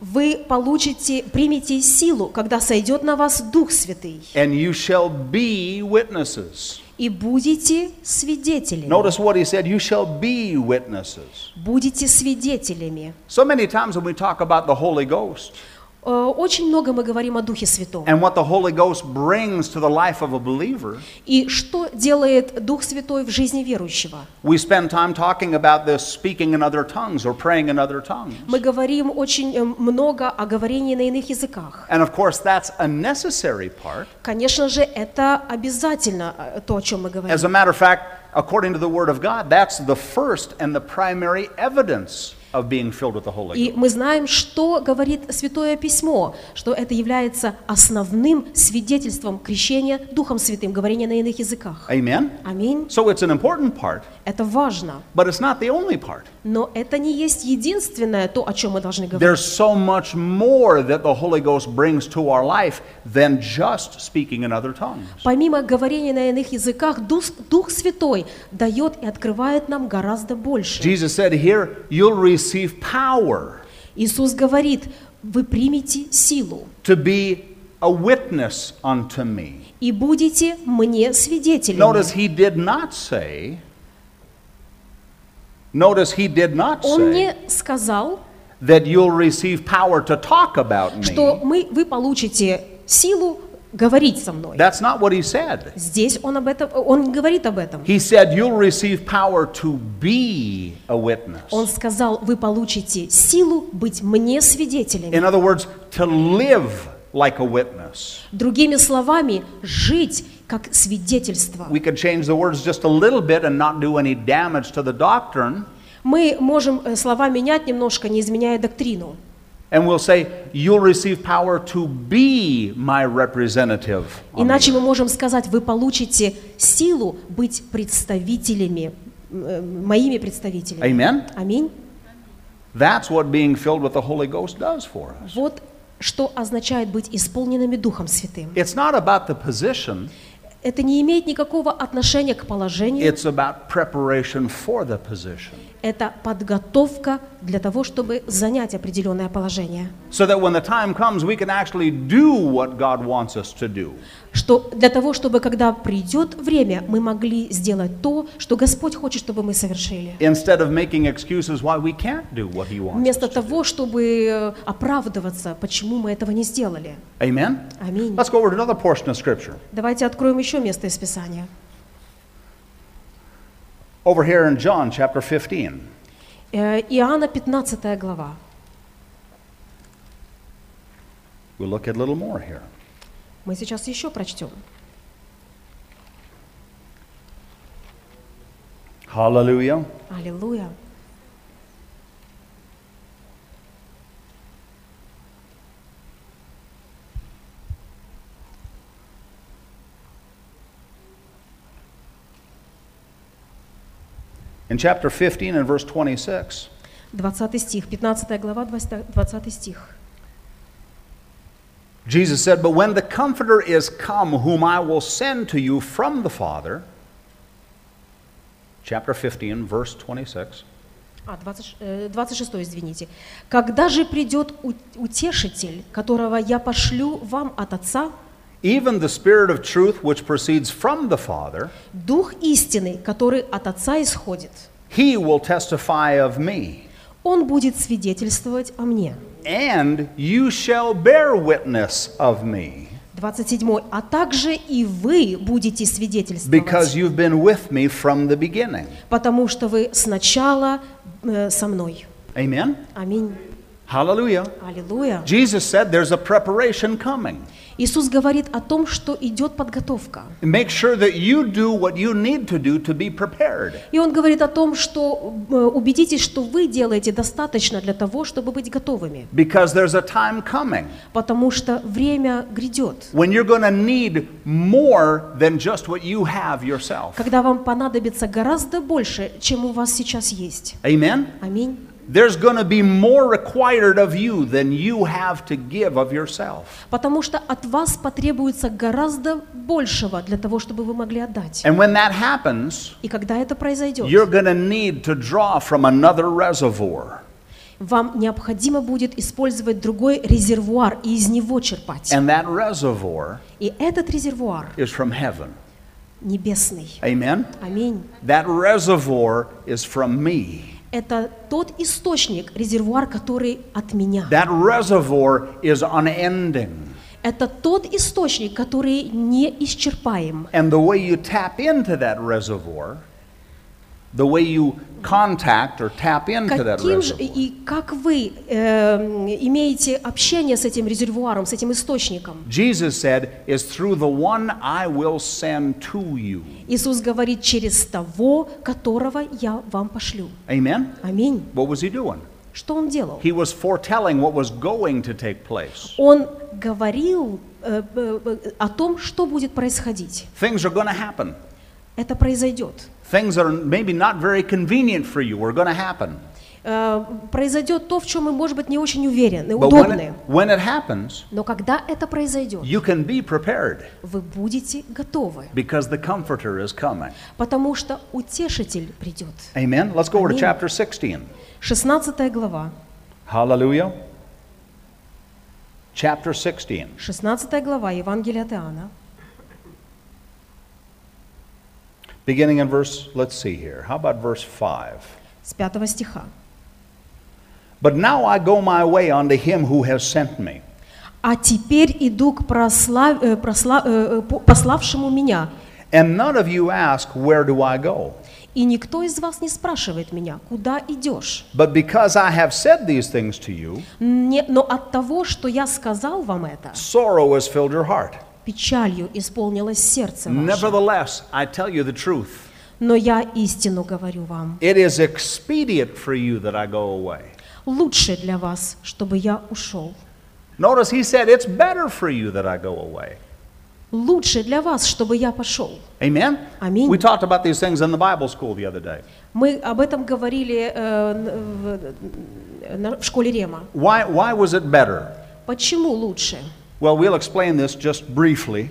[SPEAKER 2] вы получите, примите силу, когда сойдет на вас Дух Святый,
[SPEAKER 1] And you shall be witnesses.
[SPEAKER 2] и будете свидетелями.
[SPEAKER 1] Notice what he said you shall be witnesses.
[SPEAKER 2] Будете свидетелями.
[SPEAKER 1] So many times when we talk about the Holy Ghost
[SPEAKER 2] Э, Очень много мы говорим о Духе Святом.
[SPEAKER 1] and what the Holy Ghost brings to the life of a believer,
[SPEAKER 2] И что делает Дух Святой в жизни верующего?
[SPEAKER 1] we spend time talking about this speaking in other tongues or praying in other tongues.
[SPEAKER 2] Мы говорим очень э, много о говорении на иных языках.
[SPEAKER 1] And of course, that's a necessary part.
[SPEAKER 2] Конечно же, это обязательно э, то, о чем мы говорим.
[SPEAKER 1] As a matter of fact, according to the Word of God, that's the first and the primary evidence of being filled with the Holy
[SPEAKER 2] И
[SPEAKER 1] Ghost.
[SPEAKER 2] мы знаем, что говорит Святое Письмо, что это является основным свидетельством крещения Духом Святым, говорения на иных
[SPEAKER 1] А
[SPEAKER 2] языках.
[SPEAKER 1] Amen?
[SPEAKER 2] Аминь.
[SPEAKER 1] So it's an important part,
[SPEAKER 2] Это важно.
[SPEAKER 1] but it's not the only part.
[SPEAKER 2] Но это не есть единственное то, о чем мы должны говорить.
[SPEAKER 1] There's so much more that the Holy Ghost brings to our life than just speaking in other tongues.
[SPEAKER 2] Помимо говорения на иных языках, Дух, Дух Святой дает и открывает нам гораздо больше.
[SPEAKER 1] Jesus said here, You'll receive power
[SPEAKER 2] Иисус говорит, вы примите силу
[SPEAKER 1] to be a witness unto me.
[SPEAKER 2] и будете мне свидетелями.
[SPEAKER 1] Notice he did not say, Notice he did not
[SPEAKER 2] Он
[SPEAKER 1] say
[SPEAKER 2] не сказал,
[SPEAKER 1] that you'll receive power to talk about
[SPEAKER 2] что
[SPEAKER 1] me.
[SPEAKER 2] мы, вы получите силу говорить со мной.
[SPEAKER 1] That's not what he said.
[SPEAKER 2] Здесь он, об этом, он не говорит об этом.
[SPEAKER 1] He said, You'll receive power to be a witness.
[SPEAKER 2] Он сказал, вы получите силу быть мне свидетелями.
[SPEAKER 1] In other words, to live like a witness.
[SPEAKER 2] Другими словами, жить как свидетельство.
[SPEAKER 1] We could change the words just a little bit and not do any damage to the doctrine,
[SPEAKER 2] Мы можем э, слова менять немножко, не изменяя доктрину.
[SPEAKER 1] and we'll say, You'll receive power to be my representative. on the
[SPEAKER 2] Иначе
[SPEAKER 1] earth."
[SPEAKER 2] мы можем сказать, вы получите силу быть представителями, э, моими представителями.
[SPEAKER 1] Amen?
[SPEAKER 2] Аминь.
[SPEAKER 1] That's what being filled with the Holy Ghost does for us.
[SPEAKER 2] Вот что означает быть исполненными Духом Святым.
[SPEAKER 1] It's not about the position,
[SPEAKER 2] Это не имеет никакого отношения к положению,
[SPEAKER 1] it's about preparation for the position.
[SPEAKER 2] это подготовка для того, чтобы занять определенное положение.
[SPEAKER 1] So that when the time comes, we can actually do what God wants us to do.
[SPEAKER 2] Что для того, чтобы когда придет время, мы могли сделать то, что Господь хочет, чтобы мы совершили.
[SPEAKER 1] Instead of making excuses why we can't do what He wants
[SPEAKER 2] Вместо
[SPEAKER 1] us to do.
[SPEAKER 2] того, чтобы э, оправдываться, почему мы этого не сделали.
[SPEAKER 1] Amen?
[SPEAKER 2] Аминь.
[SPEAKER 1] Let's go over to another portion of Scripture.
[SPEAKER 2] Давайте откроем еще место из Писания.
[SPEAKER 1] Over here in John chapter 15.
[SPEAKER 2] Э, Иоанна 15 глава.
[SPEAKER 1] We'll look at a little more here.
[SPEAKER 2] Мы сейчас еще прочтем.
[SPEAKER 1] Hallelujah.
[SPEAKER 2] Аллилуйя.
[SPEAKER 1] In chapter 15 and verse 26,
[SPEAKER 2] 20 стих, 15 глава, 20 20 стих.
[SPEAKER 1] Jesus said, But when the Comforter is come, whom I will send to you from the Father, chapter 15, verse 26,
[SPEAKER 2] А, 20, э, 26, извините. «Когда же придет у- утешитель, которого я пошлю вам от Отца,
[SPEAKER 1] even the Spirit of truth which proceeds from the Father,
[SPEAKER 2] Дух истины, который от Отца исходит,
[SPEAKER 1] he will testify of me.
[SPEAKER 2] он будет свидетельствовать о мне».
[SPEAKER 1] And you shall bear witness of me,
[SPEAKER 2] 27. «А также и вы будете свидетельствовать,
[SPEAKER 1] because you've been with me from the beginning.
[SPEAKER 2] потому что вы сначала э, со мной».
[SPEAKER 1] Amen?
[SPEAKER 2] Аминь.
[SPEAKER 1] Hallelujah.
[SPEAKER 2] Аллилуйя.
[SPEAKER 1] Jesus said there's a preparation coming.
[SPEAKER 2] Иисус говорит о том, что идет подготовка.
[SPEAKER 1] Make sure that you do what you need to do to be prepared.
[SPEAKER 2] И он говорит о том, что э, убедитесь, что вы делаете достаточно для того, чтобы быть готовыми,
[SPEAKER 1] Because there's a time coming
[SPEAKER 2] потому что время грядет,
[SPEAKER 1] when you're going to need more than just what you have yourself.
[SPEAKER 2] когда вам понадобится гораздо больше, чем у вас сейчас есть.
[SPEAKER 1] Amen?
[SPEAKER 2] Аминь.
[SPEAKER 1] There's going to be more required of you than you have to give of yourself.
[SPEAKER 2] Потому что от вас потребуется гораздо большего для того, чтобы вы могли отдать.
[SPEAKER 1] And when that happens,
[SPEAKER 2] И когда это
[SPEAKER 1] you're
[SPEAKER 2] произойдет,
[SPEAKER 1] going to need to draw from another reservoir.
[SPEAKER 2] вам необходимо будет использовать другой резервуар и из него черпать.
[SPEAKER 1] And that reservoir
[SPEAKER 2] И этот резервуар
[SPEAKER 1] is from heaven.
[SPEAKER 2] небесный.
[SPEAKER 1] Amen?
[SPEAKER 2] Аминь.
[SPEAKER 1] That reservoir is from me.
[SPEAKER 2] Это тот источник, резервуар, который от меня.
[SPEAKER 1] That reservoir is unending.
[SPEAKER 2] Это тот источник, который неисчерпаем.
[SPEAKER 1] And the way you tap into that reservoir, the way you contact or tap into that
[SPEAKER 2] Каким же
[SPEAKER 1] reservoir,
[SPEAKER 2] и как вы эм, имеете общение с этим резервуаром, с этим источником?
[SPEAKER 1] Jesus said, is through the one I will send to you.
[SPEAKER 2] Иисус говорит через того, которого я вам пошлю.
[SPEAKER 1] Amen?
[SPEAKER 2] Аминь.
[SPEAKER 1] What was he doing?
[SPEAKER 2] Что он делал?
[SPEAKER 1] He was foretelling what was going to take place.
[SPEAKER 2] Он говорил э, э, э, о том, что будет происходить.
[SPEAKER 1] Things are going to happen.
[SPEAKER 2] Это произойдет.
[SPEAKER 1] Things that are maybe not very convenient for you are going to happen.
[SPEAKER 2] Э, произойдет то, в чем мы, может быть, не очень уверены,
[SPEAKER 1] But when it,
[SPEAKER 2] удобны.
[SPEAKER 1] when it happens,
[SPEAKER 2] Но когда это произойдет,
[SPEAKER 1] you can be prepared
[SPEAKER 2] вы будете готовы,
[SPEAKER 1] because the Comforter is coming.
[SPEAKER 2] потому что утешитель придет.
[SPEAKER 1] Amen. Let's go over to
[SPEAKER 2] Amen.
[SPEAKER 1] chapter 16.
[SPEAKER 2] 16 глава.
[SPEAKER 1] Hallelujah. Chapter 16.
[SPEAKER 2] 16 глава Евангелия от Иоанна.
[SPEAKER 1] Beginning in verse, let's see here. How about verse 5?
[SPEAKER 2] С 5 стиха.
[SPEAKER 1] But now I go my way unto him who has sent me.
[SPEAKER 2] «А теперь иду к прослав- э, просла- э, э, по- пославшему меня,
[SPEAKER 1] And none of you ask, Where do I go?
[SPEAKER 2] и никто из вас не спрашивает меня, куда идешь.
[SPEAKER 1] But because I have said these things to you,
[SPEAKER 2] Не- но от того, что я сказал вам это,
[SPEAKER 1] sorrow has filled your heart.
[SPEAKER 2] печалью исполнилось сердце ваше.
[SPEAKER 1] Nevertheless, I tell you the truth.
[SPEAKER 2] Но я истину говорю вам.
[SPEAKER 1] It is expedient for you that I go away.
[SPEAKER 2] Лучше для вас, чтобы я ушел.
[SPEAKER 1] Notice he said, It's better for you that I go away.
[SPEAKER 2] Лучше для вас, чтобы я пошел.
[SPEAKER 1] Amen?
[SPEAKER 2] Amen.
[SPEAKER 1] We talked about these things in the Bible school the other day.
[SPEAKER 2] Мы об этом говорили э, н- в, на- в школе Рема.
[SPEAKER 1] Why, why was it better?
[SPEAKER 2] Почему лучше?
[SPEAKER 1] Well, we'll explain this just briefly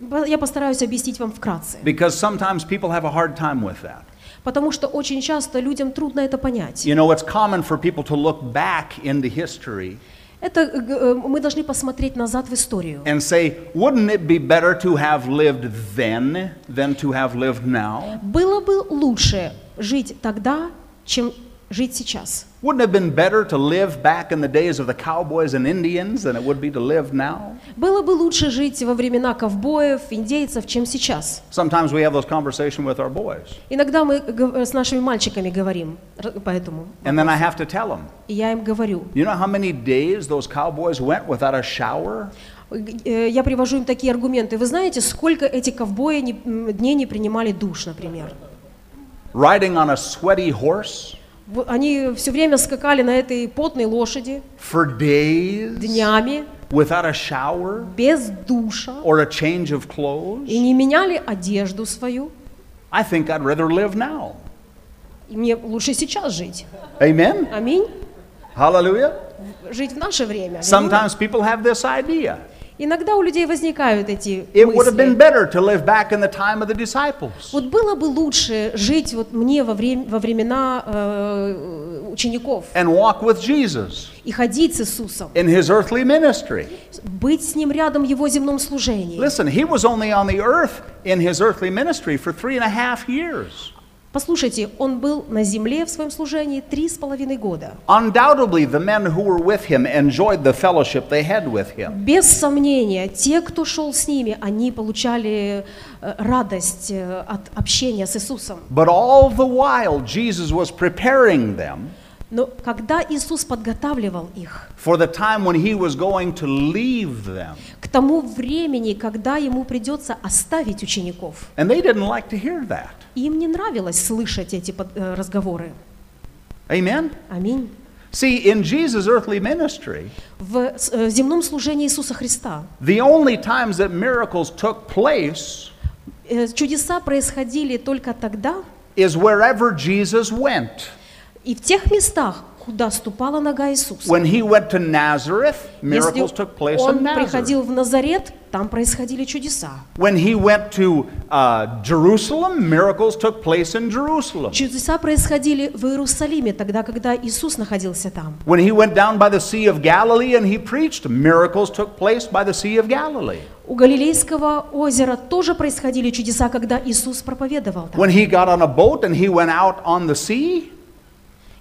[SPEAKER 2] Б- Я постараюсь объяснить вам вкратце.
[SPEAKER 1] because sometimes people have a hard time with that.
[SPEAKER 2] Потому что очень часто людям трудно это понять.
[SPEAKER 1] You know, it's common for people to look back into history
[SPEAKER 2] Это э, г- э, мы должны посмотреть назад в историю
[SPEAKER 1] and say, wouldn't it be better to have lived then than to have lived now?
[SPEAKER 2] Было бы лучше жить тогда, чем жить сейчас.
[SPEAKER 1] Wouldn't it have been better to live back in the days of the cowboys and Indians than it would be to live now?
[SPEAKER 2] Было бы лучше жить во времена ковбоев, индейцев, чем сейчас.
[SPEAKER 1] Sometimes we have those conversations with our boys,
[SPEAKER 2] Иногда мы г- э, с нашими мальчиками говорим, р- поэтому.
[SPEAKER 1] and then I have to tell them,
[SPEAKER 2] И я им говорю,
[SPEAKER 1] you know how many days those cowboys went without a shower?
[SPEAKER 2] э, я привожу им такие аргументы. Вы знаете, сколько эти ковбои не- м, дней не принимали душ, например?
[SPEAKER 1] Riding on a sweaty horse
[SPEAKER 2] В- Они все время скакали на этой потной лошади
[SPEAKER 1] for days
[SPEAKER 2] днями,
[SPEAKER 1] without a shower
[SPEAKER 2] без душа,
[SPEAKER 1] or a change of
[SPEAKER 2] и
[SPEAKER 1] clothes?
[SPEAKER 2] не меняли одежду свою.
[SPEAKER 1] I think I'd rather live now.
[SPEAKER 2] И мне лучше сейчас жить.
[SPEAKER 1] Amen?
[SPEAKER 2] Аминь.
[SPEAKER 1] Hallelujah?
[SPEAKER 2] Жить в наше время. Аллилуйя.
[SPEAKER 1] Sometimes people have this idea.
[SPEAKER 2] Иногда у людей возникают эти
[SPEAKER 1] It would have been
[SPEAKER 2] мысли.
[SPEAKER 1] better to live back in the time of the disciples.
[SPEAKER 2] Вот было бы лучше жить вот мне во, время, во времена э, учеников
[SPEAKER 1] and walk with Jesus
[SPEAKER 2] и ходить с Иисусом,
[SPEAKER 1] in his earthly ministry.
[SPEAKER 2] быть с Ним рядом в Его земном служении.
[SPEAKER 1] Listen, he was only on the earth in his earthly ministry for three and a half years.
[SPEAKER 2] Послушайте, Он был на земле в своем служении три с половиной года.
[SPEAKER 1] Undoubtedly, the men who were with him enjoyed the fellowship they had with him.
[SPEAKER 2] Без сомнения, те, кто шел с ними, они получали э, радость э, от общения с Иисусом.
[SPEAKER 1] But all the while, Jesus was preparing them
[SPEAKER 2] Но когда Иисус подготавливал их
[SPEAKER 1] for the time when he was going to leave them.
[SPEAKER 2] к тому времени, когда ему придется оставить учеников,
[SPEAKER 1] And they didn't like to hear that.
[SPEAKER 2] им не нравилось слышать эти под- э, разговоры.
[SPEAKER 1] Amen?
[SPEAKER 2] Аминь.
[SPEAKER 1] See, in Jesus' earthly ministry,
[SPEAKER 2] В с- э, земном служении Иисуса Христа
[SPEAKER 1] the only times that miracles took place
[SPEAKER 2] э, чудеса происходили только тогда
[SPEAKER 1] is wherever Jesus went.
[SPEAKER 2] и в тех местах, куда ступала нога Иисуса.
[SPEAKER 1] When he went to Nazareth,
[SPEAKER 2] Если
[SPEAKER 1] miracles took place in
[SPEAKER 2] он
[SPEAKER 1] Nazareth.
[SPEAKER 2] приходил в Назарет, там происходили чудеса.
[SPEAKER 1] When he went to uh, Jerusalem, miracles took place in Jerusalem.
[SPEAKER 2] Чудеса происходили в Иерусалиме, тогда, когда Иисус находился там.
[SPEAKER 1] When he went down by the Sea of Galilee and he preached, miracles took place by the Sea of Galilee.
[SPEAKER 2] У Галилейского озера тоже происходили чудеса, когда Иисус проповедовал там.
[SPEAKER 1] When he got on a boat and he went out on the sea,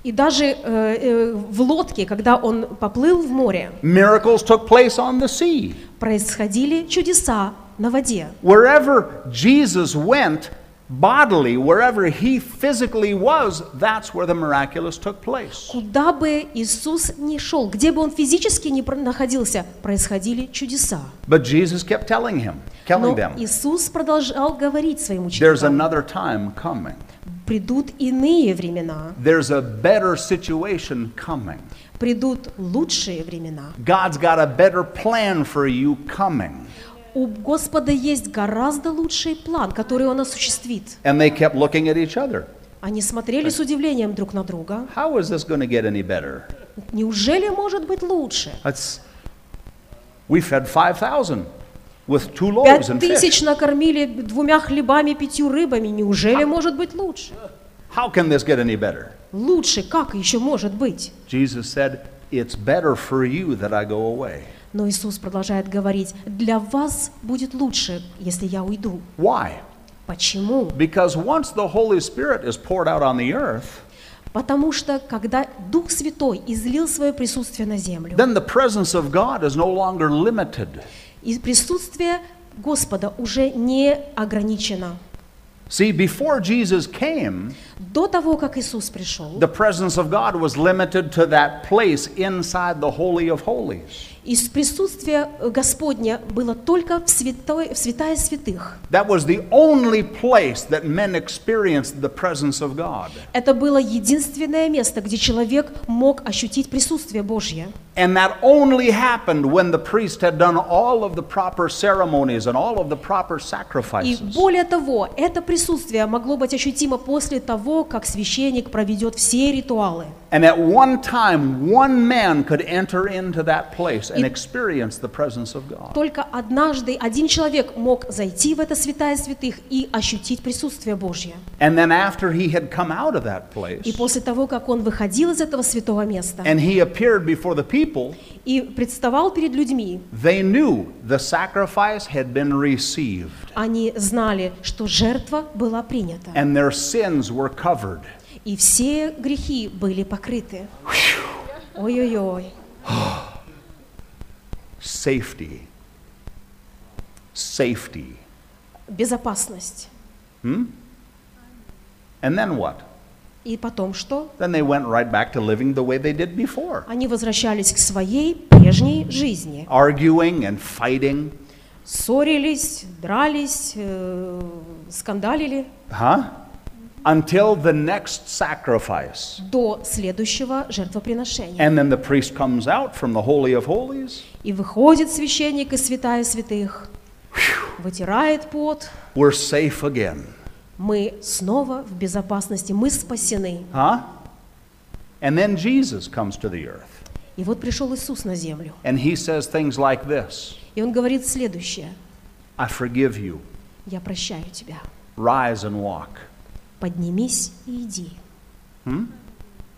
[SPEAKER 2] И даже э, э, в лодке, когда он поплыл в море,
[SPEAKER 1] miracles took place on the sea.
[SPEAKER 2] происходили чудеса на воде.
[SPEAKER 1] Wherever Jesus went bodily, wherever he physically was, that's where the miraculous took place.
[SPEAKER 2] Куда бы Иисус ни шел, где бы он физически ни про- находился, происходили чудеса.
[SPEAKER 1] But Jesus kept telling him, telling
[SPEAKER 2] Но
[SPEAKER 1] them,
[SPEAKER 2] Иисус продолжал говорить своим
[SPEAKER 1] there's
[SPEAKER 2] ученикам,
[SPEAKER 1] another time coming.
[SPEAKER 2] придут иные времена,
[SPEAKER 1] There's a better situation coming.
[SPEAKER 2] придут лучшие времена.
[SPEAKER 1] God's got a better plan for you coming.
[SPEAKER 2] У Господа есть гораздо лучший план, который Он осуществит.
[SPEAKER 1] And they kept looking at each other.
[SPEAKER 2] Они смотрели с удивлением друг на друга.
[SPEAKER 1] How is this going to get any better?
[SPEAKER 2] Неужели может быть лучше?
[SPEAKER 1] That's we fed 5,000 with two loaves
[SPEAKER 2] Пять
[SPEAKER 1] and fish.
[SPEAKER 2] тысяч накормили двумя хлебами, пятью рыбами. Неужели может быть лучше?
[SPEAKER 1] How can this get any better?
[SPEAKER 2] Лучше как еще может быть?
[SPEAKER 1] Jesus said, It's better for you that I go away.
[SPEAKER 2] Но Иисус продолжает говорить, для вас будет лучше, если я уйду.
[SPEAKER 1] Why?
[SPEAKER 2] Почему?
[SPEAKER 1] Because once the Holy Spirit is poured out on the earth,
[SPEAKER 2] Потому что когда Дух Святой излил свое присутствие на землю,
[SPEAKER 1] then the presence of God is no longer limited.
[SPEAKER 2] и присутствие Господа уже не ограничено.
[SPEAKER 1] See, before Jesus came,
[SPEAKER 2] До того, как Иисус пришел,
[SPEAKER 1] the presence of God was limited to that place inside the Holy of Holies.
[SPEAKER 2] из присутствия Господня было только в, святой, в святая святых.
[SPEAKER 1] That was the only place that men experienced the presence of God.
[SPEAKER 2] Это было единственное место, где человек мог ощутить присутствие Божье.
[SPEAKER 1] And that only happened when the priest had done all of the proper ceremonies and all of the proper
[SPEAKER 2] И
[SPEAKER 1] sacrifices.
[SPEAKER 2] более того, это присутствие могло быть ощутимо после того, как священник проведет все ритуалы.
[SPEAKER 1] And at one time, one man could enter into that place and experience the presence of God.
[SPEAKER 2] Только однажды один человек мог зайти в это святая святых и ощутить присутствие Божье.
[SPEAKER 1] And then after he had come out of that place
[SPEAKER 2] И после того, как он выходил из этого святого места
[SPEAKER 1] and he appeared before the people,
[SPEAKER 2] и представал перед людьми,
[SPEAKER 1] they knew the sacrifice had been received
[SPEAKER 2] они знали, что жертва была принята,
[SPEAKER 1] and their sins were covered.
[SPEAKER 2] и все грехи были покрыты. Ой-ой-ой,
[SPEAKER 1] Safety. Safety.
[SPEAKER 2] безопасность.
[SPEAKER 1] And then what?
[SPEAKER 2] И потом что?
[SPEAKER 1] Then they went right back to living the way they did before,
[SPEAKER 2] Они возвращались к своей прежней жизни.
[SPEAKER 1] arguing and fighting.
[SPEAKER 2] Ссорились, дрались, э, скандалили
[SPEAKER 1] Huh? Until the next sacrifice.
[SPEAKER 2] до следующего жертвоприношения.
[SPEAKER 1] And then the priest comes out from the Holy of Holies.
[SPEAKER 2] И выходит священник из святая святых, вытирает пот.
[SPEAKER 1] We're safe again.
[SPEAKER 2] Мы снова в безопасности, мы спасены.
[SPEAKER 1] Huh? And then Jesus comes to the earth.
[SPEAKER 2] И вот пришел Иисус на землю.
[SPEAKER 1] And he says things like this
[SPEAKER 2] И он говорит следующее.
[SPEAKER 1] I forgive you.
[SPEAKER 2] Я прощаю тебя.
[SPEAKER 1] Rise and walk.
[SPEAKER 2] Поднимись и иди.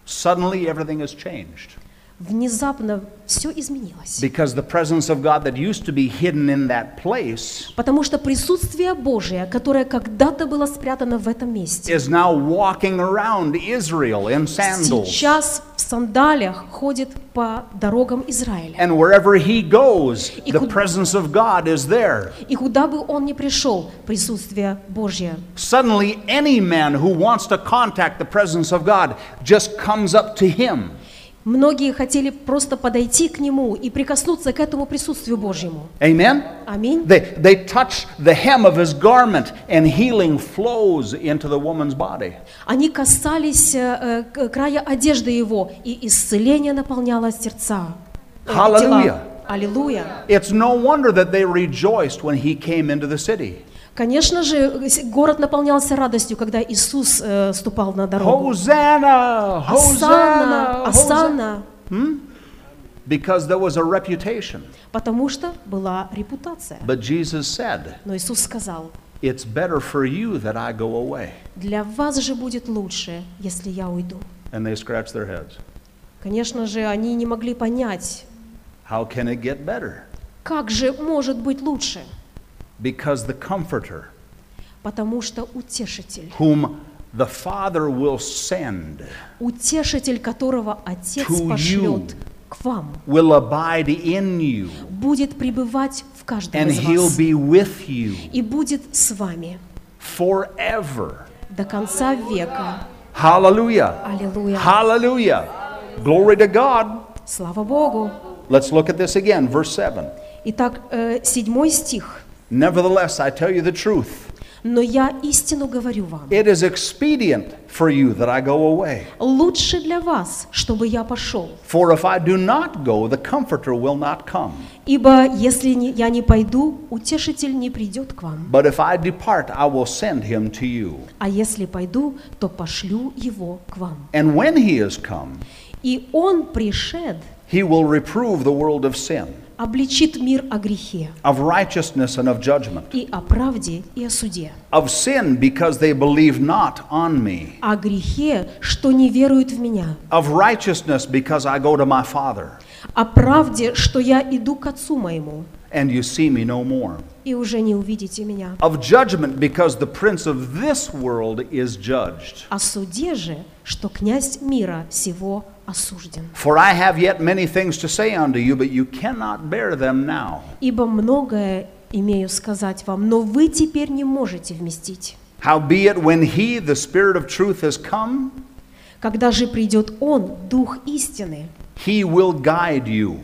[SPEAKER 1] Suddenly everything has changed.
[SPEAKER 2] внезапно все изменилось.
[SPEAKER 1] because the presence of God that used to be hidden in that place
[SPEAKER 2] Потому что присутствие Божие, которое когда-то было спрятано в этом месте,
[SPEAKER 1] is now walking around Israel in sandals.
[SPEAKER 2] сейчас в сандалиях ходит по дорогам Израиля.
[SPEAKER 1] And wherever he goes, the presence of God is there.
[SPEAKER 2] И куда бы он ни пришел, присутствие Божье.
[SPEAKER 1] Suddenly, any man who wants to contact the presence of God just comes up to him.
[SPEAKER 2] Многие хотели просто подойти к нему и прикоснуться к этому присутствию Божьему.
[SPEAKER 1] Amen?
[SPEAKER 2] Аминь.
[SPEAKER 1] They, they touch the hem of his garment, and healing flows into the woman's body.
[SPEAKER 2] Они касались э, э, к- края одежды его, и исцеление наполняло сердца. э, тела.
[SPEAKER 1] Hallelujah.
[SPEAKER 2] Аллилуйя.
[SPEAKER 1] It's no wonder that they rejoiced when he came into the city.
[SPEAKER 2] Конечно же, э, с- город наполнялся радостью, когда Иисус э, ступал на дорогу.
[SPEAKER 1] Hosanna! Hosanna! Hosanna!
[SPEAKER 2] Асана, Асана,
[SPEAKER 1] Because there was a reputation.
[SPEAKER 2] потому что была репутация.
[SPEAKER 1] But Jesus said,
[SPEAKER 2] Но Иисус сказал,
[SPEAKER 1] It's better for you that I go away.
[SPEAKER 2] для вас же будет лучше, если я уйду.
[SPEAKER 1] And they scratched their heads.
[SPEAKER 2] Конечно же, они не могли понять,
[SPEAKER 1] How can it get better?
[SPEAKER 2] как же может быть лучше,
[SPEAKER 1] Because the Comforter,
[SPEAKER 2] потому что утешитель,
[SPEAKER 1] whom the Father will send,
[SPEAKER 2] утешитель, которого Отец
[SPEAKER 1] To you.
[SPEAKER 2] пошлет к вам,
[SPEAKER 1] will abide in you,
[SPEAKER 2] будет пребывать в каждом
[SPEAKER 1] and
[SPEAKER 2] из
[SPEAKER 1] he'll
[SPEAKER 2] вас
[SPEAKER 1] be with you
[SPEAKER 2] и будет с вами
[SPEAKER 1] forever.
[SPEAKER 2] до конца века.
[SPEAKER 1] Hallelujah!
[SPEAKER 2] Аллилуйя.
[SPEAKER 1] Hallelujah! Glory to God.
[SPEAKER 2] Слава Богу!
[SPEAKER 1] Let's look at this again, verse 7.
[SPEAKER 2] Итак, э, седьмой стих.
[SPEAKER 1] Nevertheless, I tell you the truth.
[SPEAKER 2] «Но я истину говорю вам,
[SPEAKER 1] It is expedient for you that I go away.
[SPEAKER 2] лучше для вас, чтобы я пошел.
[SPEAKER 1] For if I do not go, the Comforter will not come.
[SPEAKER 2] Ибо если не- я не пойду, утешитель не придет к вам.
[SPEAKER 1] But if I depart, I will send him to you.
[SPEAKER 2] А если пойду, то пошлю его к вам.
[SPEAKER 1] And when he is come,
[SPEAKER 2] И он пришед,
[SPEAKER 1] he will reprove the world of sin,
[SPEAKER 2] обличит мир о грехе,
[SPEAKER 1] of righteousness, and of judgment.
[SPEAKER 2] и о правде, и о суде.
[SPEAKER 1] Of sin, because they believe not on me.
[SPEAKER 2] О грехе, что не верует в меня,
[SPEAKER 1] Of righteousness, because I go to my Father,
[SPEAKER 2] о правде, что я иду к Отцу моему,
[SPEAKER 1] and you see me no more.
[SPEAKER 2] и уже не увидите меня.
[SPEAKER 1] Of judgment, because the prince of this world is judged.
[SPEAKER 2] о суде же, что князь мира сего осужден.
[SPEAKER 1] For I have yet many things to say unto you, but you cannot bear them now.
[SPEAKER 2] Ибо многое имею сказать вам, но вы теперь не можете вместить.
[SPEAKER 1] Howbeit, when he, the Spirit of truth, has come,
[SPEAKER 2] Когда же придет Он, Дух истины,
[SPEAKER 1] he will guide you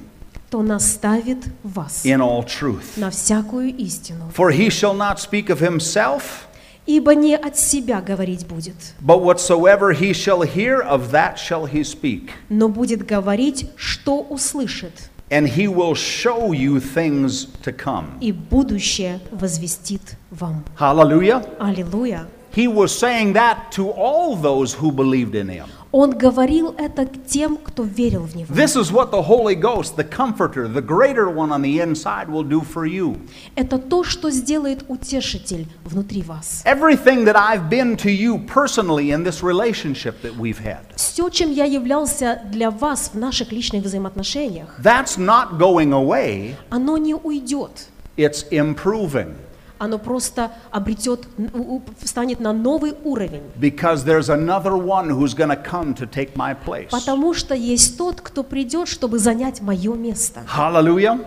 [SPEAKER 2] то наставит вас
[SPEAKER 1] in all truth.
[SPEAKER 2] на всякую истину.
[SPEAKER 1] For he shall not speak of himself,
[SPEAKER 2] Ибо не от себя говорить будет,
[SPEAKER 1] but whatsoever he shall hear, of that shall he speak.
[SPEAKER 2] но будет говорить, что услышит,
[SPEAKER 1] And he will show you things to come.
[SPEAKER 2] и будущее возвестит вам.
[SPEAKER 1] Hallelujah.
[SPEAKER 2] Аллилуйя!
[SPEAKER 1] He was saying that to all those who believed in him.
[SPEAKER 2] Он говорил это к тем, кто верил в Него.
[SPEAKER 1] This is what the Holy Ghost, the Comforter, the greater one on the inside, will do for you.
[SPEAKER 2] Это то, что сделает утешитель внутри вас.
[SPEAKER 1] Everything that I've been to you personally in this relationship that we've had,
[SPEAKER 2] Все, чем я являлся для вас в наших личных взаимоотношениях,
[SPEAKER 1] that's not going away,
[SPEAKER 2] оно не уйдет.
[SPEAKER 1] it's improving
[SPEAKER 2] Оно просто обретет, н- у- у- встанет на новый уровень.
[SPEAKER 1] because there's another one who's going to come to take my place.
[SPEAKER 2] Потому что есть тот, кто придет, чтобы занять мое место.
[SPEAKER 1] Hallelujah.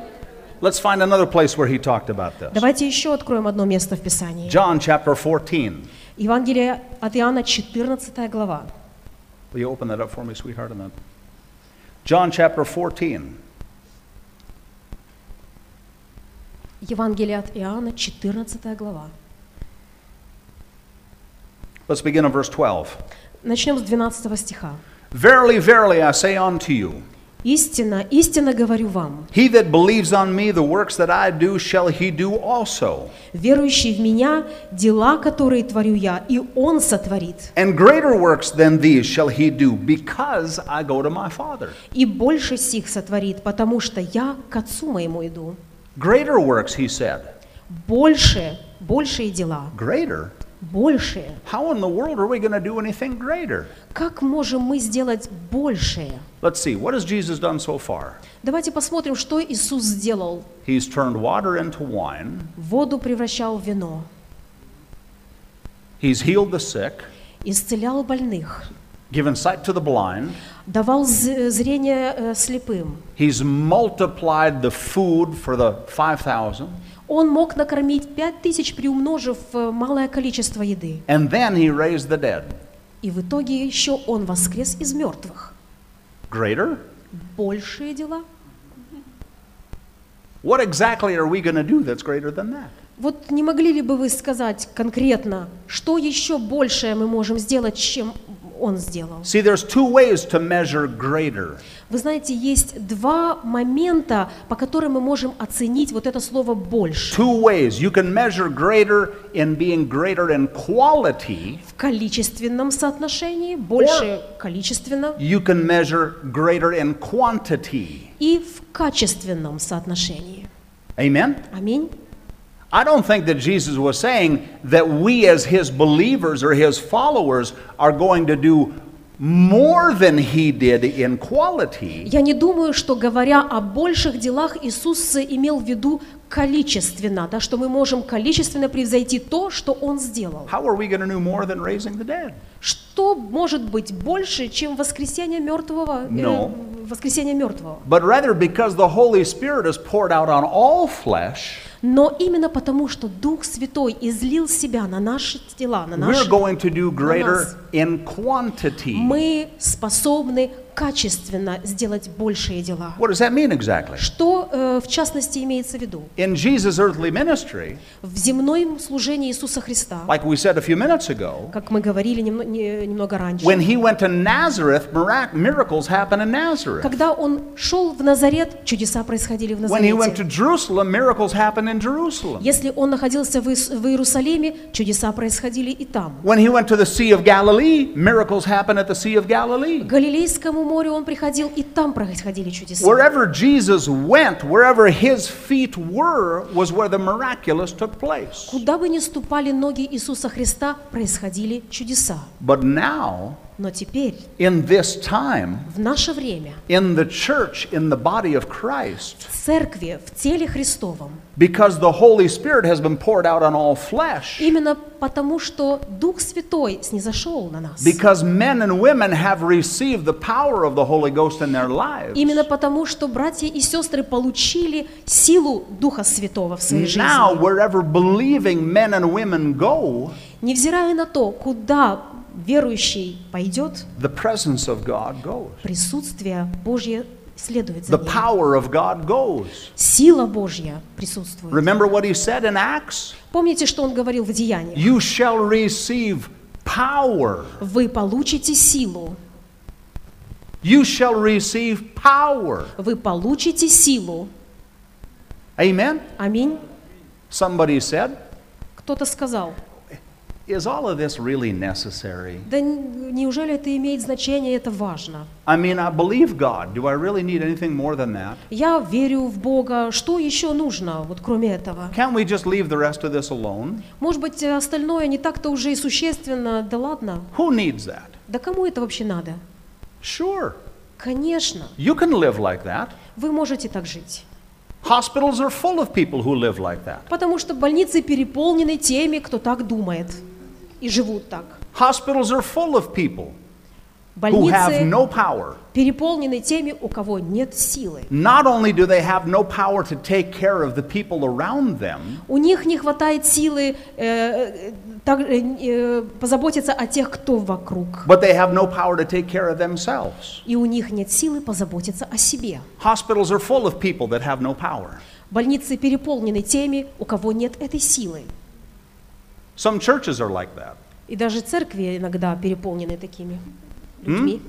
[SPEAKER 1] Let's find another place where he talked about this.
[SPEAKER 2] Давайте еще откроем одно место в Писании.
[SPEAKER 1] John chapter 14.
[SPEAKER 2] Евангелие от Иоанна, 14 глава.
[SPEAKER 1] Will you open that up for me, sweetheart? And then John chapter 14.
[SPEAKER 2] Евангелие от Иоанна, 14 глава.
[SPEAKER 1] Let's begin in verse 12.
[SPEAKER 2] Начнем с 12 стиха.
[SPEAKER 1] Verily, verily, I say unto you,
[SPEAKER 2] «Истина, истинно говорю вам,
[SPEAKER 1] he that believes on me, the works that I do, shall he do also.
[SPEAKER 2] Верующий в меня, дела, которые творю я, и он сотворит.
[SPEAKER 1] And greater works than these shall he do, because I go to my Father.
[SPEAKER 2] И больше сих сотворит, потому что я к Отцу моему иду.
[SPEAKER 1] Greater works, he said.
[SPEAKER 2] Больше, большие дела.
[SPEAKER 1] Greater?
[SPEAKER 2] большее.
[SPEAKER 1] How in the world are we going to do anything greater?
[SPEAKER 2] Как можем мы сделать большее?
[SPEAKER 1] Let's see, what has Jesus done so far?
[SPEAKER 2] Давайте посмотрим, что Иисус сделал.
[SPEAKER 1] He's turned water into wine,
[SPEAKER 2] Воду превращал в вино,
[SPEAKER 1] he's healed the sick,
[SPEAKER 2] исцелял больных,
[SPEAKER 1] given sight to the blind,
[SPEAKER 2] давал з- зрение э, слепым.
[SPEAKER 1] he's multiplied the food for the 5,000,
[SPEAKER 2] Он мог накормить пять тысяч, приумножив э, малое количество еды.
[SPEAKER 1] and then he raised the dead.
[SPEAKER 2] И в итоге еще он воскрес из мертвых.
[SPEAKER 1] Greater?
[SPEAKER 2] Большие дела?
[SPEAKER 1] What exactly are we going to do that's greater than that?
[SPEAKER 2] Вот не могли ли бы вы сказать конкретно, что еще большее мы можем сделать, чем он сделал?
[SPEAKER 1] See, there's two ways to measure greater.
[SPEAKER 2] Вы знаете, есть два момента, по которым мы можем оценить вот это слово «больше»
[SPEAKER 1] Two ways. You can measure greater in being greater in quality,
[SPEAKER 2] в количественном соотношении, больше количественно,
[SPEAKER 1] you can measure greater in quantity.
[SPEAKER 2] и в качественном соотношении.
[SPEAKER 1] Amen?
[SPEAKER 2] Аминь.
[SPEAKER 1] I don't think that Jesus was saying that we, as his believers or his followers, are going to do more than he did in quality.
[SPEAKER 2] Я не думаю, что говоря о больших делах, Иисус имел в виду количественно, да, что мы можем количественно превзойти то, что Он сделал.
[SPEAKER 1] How are we going to do more than raising the dead?
[SPEAKER 2] Что может быть больше, чем воскресение мертвого? э,
[SPEAKER 1] No.
[SPEAKER 2] воскресение мертвого.
[SPEAKER 1] But rather, because the Holy Spirit is poured out on all flesh,
[SPEAKER 2] Но именно потому, что Дух Святой излил себя на наши тела, на
[SPEAKER 1] we're
[SPEAKER 2] наши,
[SPEAKER 1] going to do
[SPEAKER 2] нас.
[SPEAKER 1] greater in quantity.
[SPEAKER 2] мы способны качественно сделать большие дела.
[SPEAKER 1] What does that mean exactly?
[SPEAKER 2] Что, э, в частности, имеется в виду?
[SPEAKER 1] In Jesus' earthly ministry,
[SPEAKER 2] В земном служении Иисуса Христа,
[SPEAKER 1] like we said a few minutes ago,
[SPEAKER 2] как мы говорили немно- не- немного раньше,
[SPEAKER 1] When he went to Nazareth, mirac- miracles happened in Nazareth.
[SPEAKER 2] Когда он шел в Назарет, чудеса происходили в
[SPEAKER 1] When he went to
[SPEAKER 2] Назарете.
[SPEAKER 1] Jerusalem, miracles happened in Jerusalem.
[SPEAKER 2] Если он находился в Иис- в Иерусалиме, чудеса происходили и там.
[SPEAKER 1] When he went to the Sea of Galilee, miracles happened at the Sea of
[SPEAKER 2] К
[SPEAKER 1] Galilee.
[SPEAKER 2] Галилейскому морю он приходил, и там происходили чудеса.
[SPEAKER 1] Wherever Jesus went, wherever his feet were, was where the miraculous took place.
[SPEAKER 2] Куда бы ни ступали ноги Иисуса Христа, происходили чудеса.
[SPEAKER 1] But now,
[SPEAKER 2] Но теперь,
[SPEAKER 1] in this time,
[SPEAKER 2] в наше время,
[SPEAKER 1] in the church, in the body of Christ,
[SPEAKER 2] в церкви, в теле Христовом,
[SPEAKER 1] because the Holy Spirit has been poured out on all flesh,
[SPEAKER 2] именно потому, что Дух Святой снизошел на нас,
[SPEAKER 1] Because men and women have received the power of the Holy Ghost in their lives.
[SPEAKER 2] именно потому, что братья и сестры получили силу Духа Святого в своей
[SPEAKER 1] Now,
[SPEAKER 2] жизни.
[SPEAKER 1] wherever believing men and women go,
[SPEAKER 2] Невзирая на то, куда верующий пойдет,
[SPEAKER 1] the presence of God goes.
[SPEAKER 2] присутствие Божье следует за
[SPEAKER 1] The
[SPEAKER 2] ним.
[SPEAKER 1] power of God goes.
[SPEAKER 2] Сила Божья присутствует.
[SPEAKER 1] Remember what he said in Acts?
[SPEAKER 2] Помните, что он говорил в Деянии?
[SPEAKER 1] You shall receive power.
[SPEAKER 2] Вы получите силу.
[SPEAKER 1] You shall receive power.
[SPEAKER 2] Вы получите силу.
[SPEAKER 1] Amen?
[SPEAKER 2] Аминь.
[SPEAKER 1] Somebody said,
[SPEAKER 2] Кто-то сказал,
[SPEAKER 1] Is all of this really necessary?
[SPEAKER 2] да н- неужели это имеет значение, это важно?
[SPEAKER 1] I mean, I believe God. Do I really need anything more than that?
[SPEAKER 2] Я верю в Бога. Что еще нужно, вот кроме этого?
[SPEAKER 1] Can't we just leave the rest of this alone?
[SPEAKER 2] Может быть, остальное не так-то уже и существенно, да ладно?
[SPEAKER 1] Who needs that?
[SPEAKER 2] Да кому это вообще надо?
[SPEAKER 1] Sure,
[SPEAKER 2] Конечно,
[SPEAKER 1] you can live like that.
[SPEAKER 2] вы можете так жить.
[SPEAKER 1] Hospitals are full of people who live like that.
[SPEAKER 2] Потому что больницы переполнены теми, кто так думает и живут так.
[SPEAKER 1] Hospitals are full of people who have
[SPEAKER 2] Больницы
[SPEAKER 1] no power.
[SPEAKER 2] переполнены теми, у кого нет силы.
[SPEAKER 1] Not only do they have no power to take care of the people around them,
[SPEAKER 2] У них не хватает силы э, э, так, э, э, позаботиться о тех, кто вокруг.
[SPEAKER 1] but they have no power to take care of themselves.
[SPEAKER 2] И у них нет силы позаботиться о себе.
[SPEAKER 1] Hospitals are full of people that have no power.
[SPEAKER 2] Больницы переполнены теми, у кого нет этой силы.
[SPEAKER 1] Some churches are like that.
[SPEAKER 2] И даже церкви иногда переполнены такими людьми.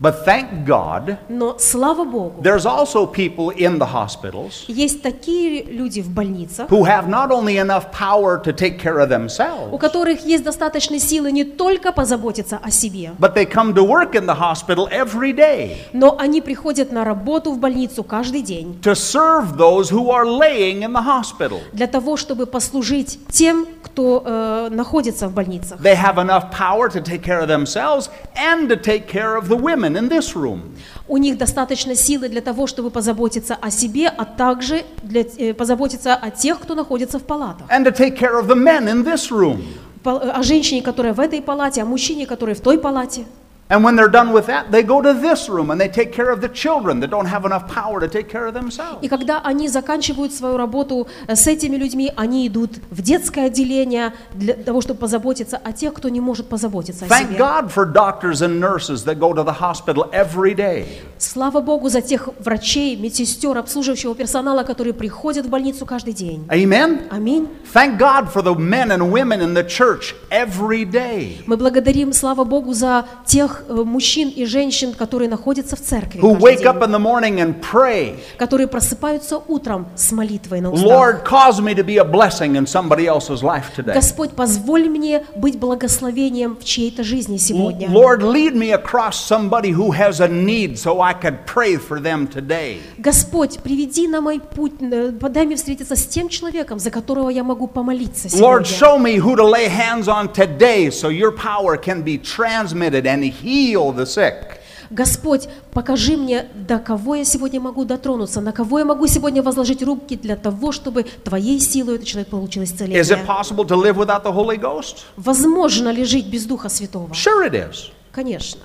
[SPEAKER 1] But thank God,
[SPEAKER 2] Но слава Богу,
[SPEAKER 1] there's also people in the hospitals
[SPEAKER 2] есть такие люди в больницах,
[SPEAKER 1] who have not only enough power to take care of
[SPEAKER 2] у
[SPEAKER 1] themselves,
[SPEAKER 2] которых есть достаточной силы не только позаботиться о себе,
[SPEAKER 1] but they come to work in the hospital every day
[SPEAKER 2] но они приходят на работу в больницу каждый день
[SPEAKER 1] to serve those who are laying in the hospital.
[SPEAKER 2] для того, чтобы послужить тем, кто э, находится в больницах.
[SPEAKER 1] They have enough power to take care of themselves and to take care of the women in this room.
[SPEAKER 2] У них достаточно силы для того, чтобы позаботиться о себе, а также для, э, позаботиться о тех, кто находится в палатах.
[SPEAKER 1] and to take care of the men in this room.
[SPEAKER 2] Пал- э, О женщине, которая в этой палате, о мужчине, который в той палате.
[SPEAKER 1] And when they're done with that, they go to this room and they take care of the children that don't have enough power to take care of
[SPEAKER 2] И
[SPEAKER 1] themselves.
[SPEAKER 2] когда они заканчивают свою работу э, с этими людьми, они идут в детское отделение для того, чтобы позаботиться о тех, кто не может позаботиться о
[SPEAKER 1] Thank
[SPEAKER 2] себе.
[SPEAKER 1] God for doctors and nurses that go to the hospital every day.
[SPEAKER 2] Слава Богу за тех врачей, медсестер, обслуживающего персонала, которые приходят в больницу каждый день.
[SPEAKER 1] Amen?
[SPEAKER 2] Аминь.
[SPEAKER 1] Thank God for the men and women in the church every day
[SPEAKER 2] Мы благодарим, слава Богу, за тех э, мужчин и женщин, которые находятся в церкви,
[SPEAKER 1] who
[SPEAKER 2] каждый
[SPEAKER 1] wake
[SPEAKER 2] день,
[SPEAKER 1] up in the morning and pray,
[SPEAKER 2] которые просыпаются утром с молитвой на устах.
[SPEAKER 1] Lord, cause me to be a blessing in somebody else's life today.
[SPEAKER 2] Господь, позволь мне быть благословением в чьей-то жизни сегодня.
[SPEAKER 1] Lord, lead me across somebody who has a need so I could pray for them today.
[SPEAKER 2] Господь, приведи на мой путь, э, подай мне встретиться с тем человеком, за которого я могу помолиться
[SPEAKER 1] Lord,
[SPEAKER 2] сегодня.
[SPEAKER 1] show me who to lay hands on today so your power can be transmitted and heal the sick.
[SPEAKER 2] Господь, покажи мне, до кого я сегодня могу дотронуться, на кого я могу сегодня возложить руки для того, чтобы Твоей силой этот человек получил
[SPEAKER 1] Is it
[SPEAKER 2] исцеление.
[SPEAKER 1] possible to live without the Holy Ghost?
[SPEAKER 2] Возможно ли жить без Духа Святого?
[SPEAKER 1] Sure, it is.
[SPEAKER 2] Конечно.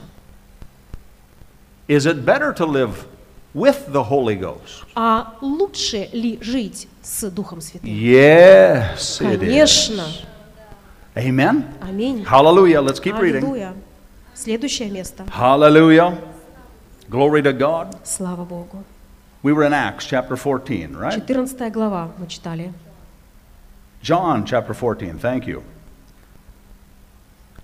[SPEAKER 1] Is it better to live with the Holy Ghost?
[SPEAKER 2] А лучше ли жить с Духом Святым?
[SPEAKER 1] Yes, it is.
[SPEAKER 2] Конечно.
[SPEAKER 1] Amen.
[SPEAKER 2] Аминь.
[SPEAKER 1] Hallelujah. Let's keep reading.
[SPEAKER 2] Аллилуйя. Следующее место.
[SPEAKER 1] Hallelujah. Glory to God.
[SPEAKER 2] Слава Богу.
[SPEAKER 1] We were in Acts chapter 14, right?
[SPEAKER 2] 14 глава мы читали.
[SPEAKER 1] John chapter 14, thank you.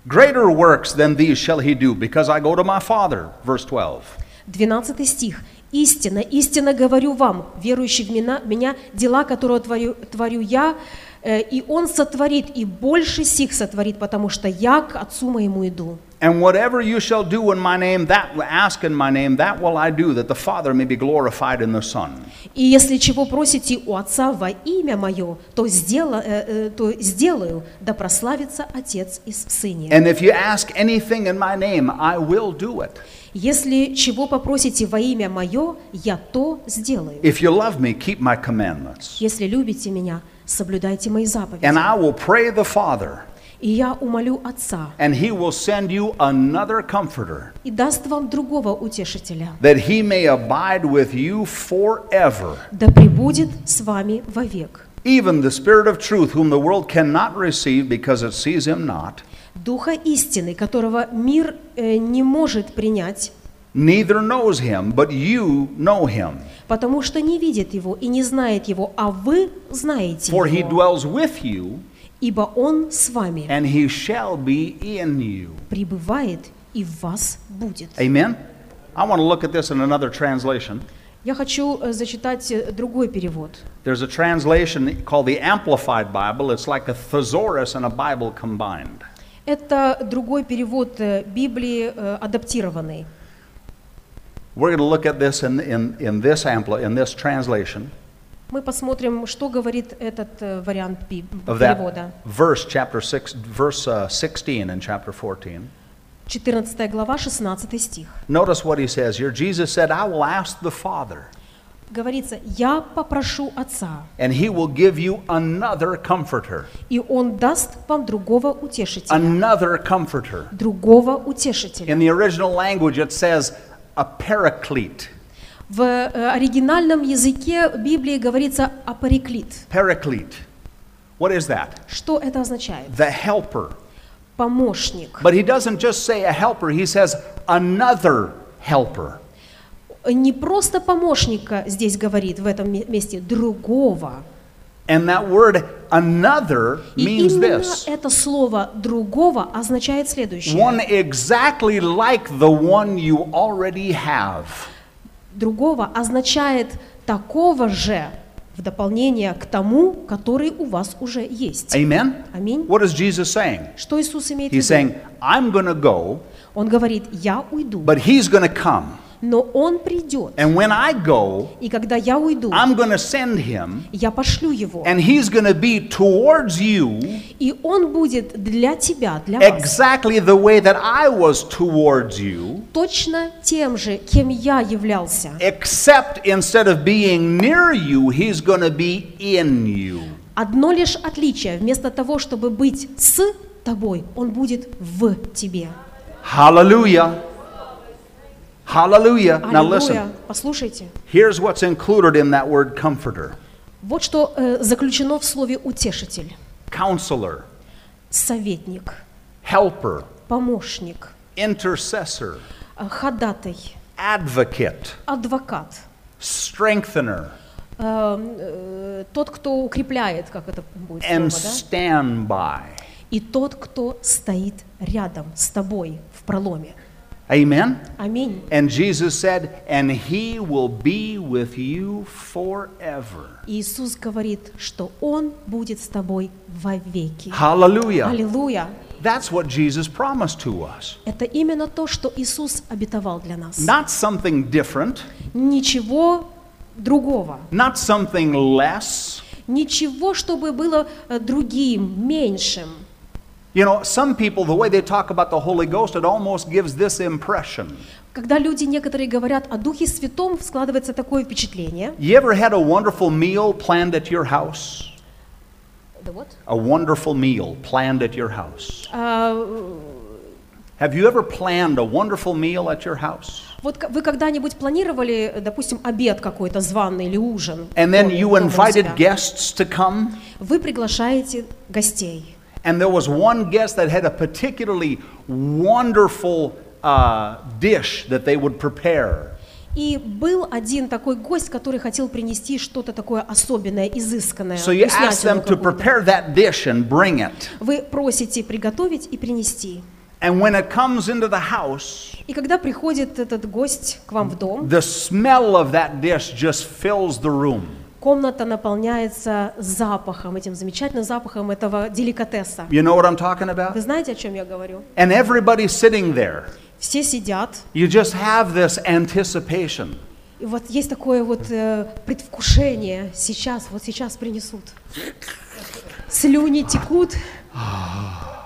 [SPEAKER 1] Greater works than these shall he do, because I go to my Father. Verse 12.
[SPEAKER 2] 12 стих. «Истинно, истинно говорю вам, верующий в мена- меня, дела, которые творю, творю я, э, и он сотворит, и больше сих сотворит, потому что я к Отцу моему иду».
[SPEAKER 1] And whatever you shall do in my name, that ask in my name, that will I do, that the Father may be glorified in the Son.
[SPEAKER 2] И если чего просите у Отца во имя Мое, то, сдела- э, э, то сделаю, да прославится Отец и в Сыне.
[SPEAKER 1] And if you ask anything in my name, I will do it.
[SPEAKER 2] Если чего попросите во имя Мое, я то сделаю.
[SPEAKER 1] If you love me, keep my commandments.
[SPEAKER 2] Если любите Меня, соблюдайте Мои заповеди.
[SPEAKER 1] And I will pray the Father,
[SPEAKER 2] И я умолю Отца,
[SPEAKER 1] and he will send you another comforter,
[SPEAKER 2] и даст вам другого утешителя,
[SPEAKER 1] that he may abide with you forever.
[SPEAKER 2] да пребудет с вами вовек.
[SPEAKER 1] Even the Spirit of truth, whom the world cannot receive because it sees him not,
[SPEAKER 2] Духа истины, которого мир э, не может принять,
[SPEAKER 1] neither knows him, but you know him.
[SPEAKER 2] потому что не видит его и не знает его, а вы знаете
[SPEAKER 1] For he
[SPEAKER 2] его,
[SPEAKER 1] dwells with you,
[SPEAKER 2] ибо он с вами
[SPEAKER 1] and he shall be in you.
[SPEAKER 2] пребывает и в вас будет.
[SPEAKER 1] Amen? I want to look at this in another translation.
[SPEAKER 2] Я хочу э, зачитать э, другой перевод.
[SPEAKER 1] There's a translation called the Amplified Bible. It's like a thesaurus and a Bible combined.
[SPEAKER 2] Это другой перевод э, Библии, э, адаптированный.
[SPEAKER 1] We're going to look at this in, in, in, this, ampli- in this translation
[SPEAKER 2] Мы посмотрим, что говорит этот э, вариант пи-
[SPEAKER 1] of
[SPEAKER 2] перевода.
[SPEAKER 1] that verse, chapter 6, verse uh, 16 and chapter 14.
[SPEAKER 2] 14 глава, 16 стих.
[SPEAKER 1] Notice what he says here. Jesus said, I will ask the Father,
[SPEAKER 2] Говорится, я попрошу Отца,
[SPEAKER 1] and he will give you another comforter.
[SPEAKER 2] и Он даст вам другого утешителя.
[SPEAKER 1] Another comforter.
[SPEAKER 2] Другого утешителя.
[SPEAKER 1] In the original language, it says a paraclete.
[SPEAKER 2] В э, оригинальном языке Библии говорится о париклит.
[SPEAKER 1] Paraclete. What is that?
[SPEAKER 2] Что это означает?
[SPEAKER 1] The helper.
[SPEAKER 2] Помощник.
[SPEAKER 1] But he doesn't just say a helper, he says another helper.
[SPEAKER 2] Не просто помощника здесь говорит в этом ме- месте, другого.
[SPEAKER 1] And that word another
[SPEAKER 2] И
[SPEAKER 1] means
[SPEAKER 2] именно
[SPEAKER 1] this
[SPEAKER 2] это слово «другого» означает следующее.
[SPEAKER 1] one exactly like the one you already have.
[SPEAKER 2] «Другого» означает «такого же» в дополнение к тому, который у вас уже есть.
[SPEAKER 1] Amen?
[SPEAKER 2] Аминь.
[SPEAKER 1] What is Jesus saying?
[SPEAKER 2] Что Иисус имеет в
[SPEAKER 1] He's
[SPEAKER 2] виду?
[SPEAKER 1] saying, I'm going to go,
[SPEAKER 2] Он говорит, я уйду,
[SPEAKER 1] but he's going to come.
[SPEAKER 2] но он придет.
[SPEAKER 1] And when I go,
[SPEAKER 2] И когда я уйду,
[SPEAKER 1] I'm going to send him,
[SPEAKER 2] я пошлю его.
[SPEAKER 1] and he's going to be towards you
[SPEAKER 2] И он будет для тебя, для вас,
[SPEAKER 1] exactly the way that I was towards you,
[SPEAKER 2] точно тем же, кем я являлся.
[SPEAKER 1] Э. except instead of being near you, he's going to be in you.
[SPEAKER 2] Одно лишь отличие, вместо того, чтобы быть с тобой, он будет в тебе.
[SPEAKER 1] Hallelujah. Hallelujah. Now
[SPEAKER 2] Аллилуйя.
[SPEAKER 1] listen,
[SPEAKER 2] Послушайте.
[SPEAKER 1] here's what's included in that word comforter,
[SPEAKER 2] Вот что э, заключено в слове «утешитель»,
[SPEAKER 1] counselor,
[SPEAKER 2] «советник»,
[SPEAKER 1] helper,
[SPEAKER 2] «помощник»,
[SPEAKER 1] intercessor,
[SPEAKER 2] э, «ходатай»,
[SPEAKER 1] advocate,
[SPEAKER 2] «адвокат»,
[SPEAKER 1] strengthener,
[SPEAKER 2] э, э, «тот, кто укрепляет», как это будет
[SPEAKER 1] and
[SPEAKER 2] слово, да?
[SPEAKER 1] stand by.
[SPEAKER 2] и тот, кто стоит рядом с тобой в проломе.
[SPEAKER 1] Amen?
[SPEAKER 2] Аминь.
[SPEAKER 1] And Jesus said, And he will be with you forever.
[SPEAKER 2] И Иисус говорит, что Он будет с тобой вовеки.
[SPEAKER 1] Hallelujah.
[SPEAKER 2] Аллилуйя!
[SPEAKER 1] That's what Jesus promised to us.
[SPEAKER 2] Это именно то, что Иисус обетовал для нас.
[SPEAKER 1] Not something different,
[SPEAKER 2] Ничего другого.
[SPEAKER 1] not something less.
[SPEAKER 2] Ничего, чтобы было э, другим, меньшим.
[SPEAKER 1] You know, some people, the way they talk about the Holy Ghost, it almost gives this impression.
[SPEAKER 2] Когда люди некоторые говорят о Духе Святом, складывается такое впечатление.
[SPEAKER 1] You ever had a wonderful meal planned at your house?
[SPEAKER 2] Да вот.
[SPEAKER 1] A wonderful meal planned at your house.
[SPEAKER 2] А, э,
[SPEAKER 1] Have you ever planned a wonderful meal at your house?
[SPEAKER 2] Вот к- вы когда-нибудь планировали, э, допустим, обед какой-то званый или ужин?
[SPEAKER 1] And then
[SPEAKER 2] дома-
[SPEAKER 1] you
[SPEAKER 2] дома у
[SPEAKER 1] invited
[SPEAKER 2] себя?
[SPEAKER 1] guests to come,
[SPEAKER 2] Вы приглашаете гостей.
[SPEAKER 1] and there was one guest that had a particularly wonderful uh, dish that they would prepare.
[SPEAKER 2] И был один такой гость, который хотел принести что-то такое особенное, изысканное.
[SPEAKER 1] So you asked
[SPEAKER 2] вкуснятину
[SPEAKER 1] them to
[SPEAKER 2] какую-то.
[SPEAKER 1] prepare that dish and bring it.
[SPEAKER 2] Вы просите приготовить и принести.
[SPEAKER 1] And when it comes into the house,
[SPEAKER 2] И когда приходит этот гость к вам в дом,
[SPEAKER 1] the smell of that dish just fills the room.
[SPEAKER 2] комната наполняется запахом, этим замечательным запахом этого деликатеса.
[SPEAKER 1] You know what I'm talking about?
[SPEAKER 2] Вы знаете, о чем я говорю?
[SPEAKER 1] And everybody's sitting there.
[SPEAKER 2] Все сидят,
[SPEAKER 1] You just have this anticipation.
[SPEAKER 2] и вот есть такое вот э, предвкушение. Сейчас, вот сейчас принесут. Слюни текут.
[SPEAKER 1] А.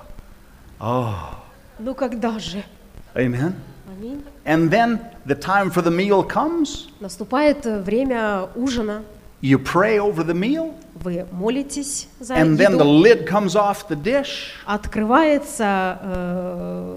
[SPEAKER 2] Ну когда же?
[SPEAKER 1] Amen.
[SPEAKER 2] Аминь.
[SPEAKER 1] And then the time for the meal comes.
[SPEAKER 2] Наступает э, время ужина.
[SPEAKER 1] You pray over the meal,
[SPEAKER 2] Вы молитесь за
[SPEAKER 1] and then the
[SPEAKER 2] еду.
[SPEAKER 1] lid comes off the dish,
[SPEAKER 2] Открывается э,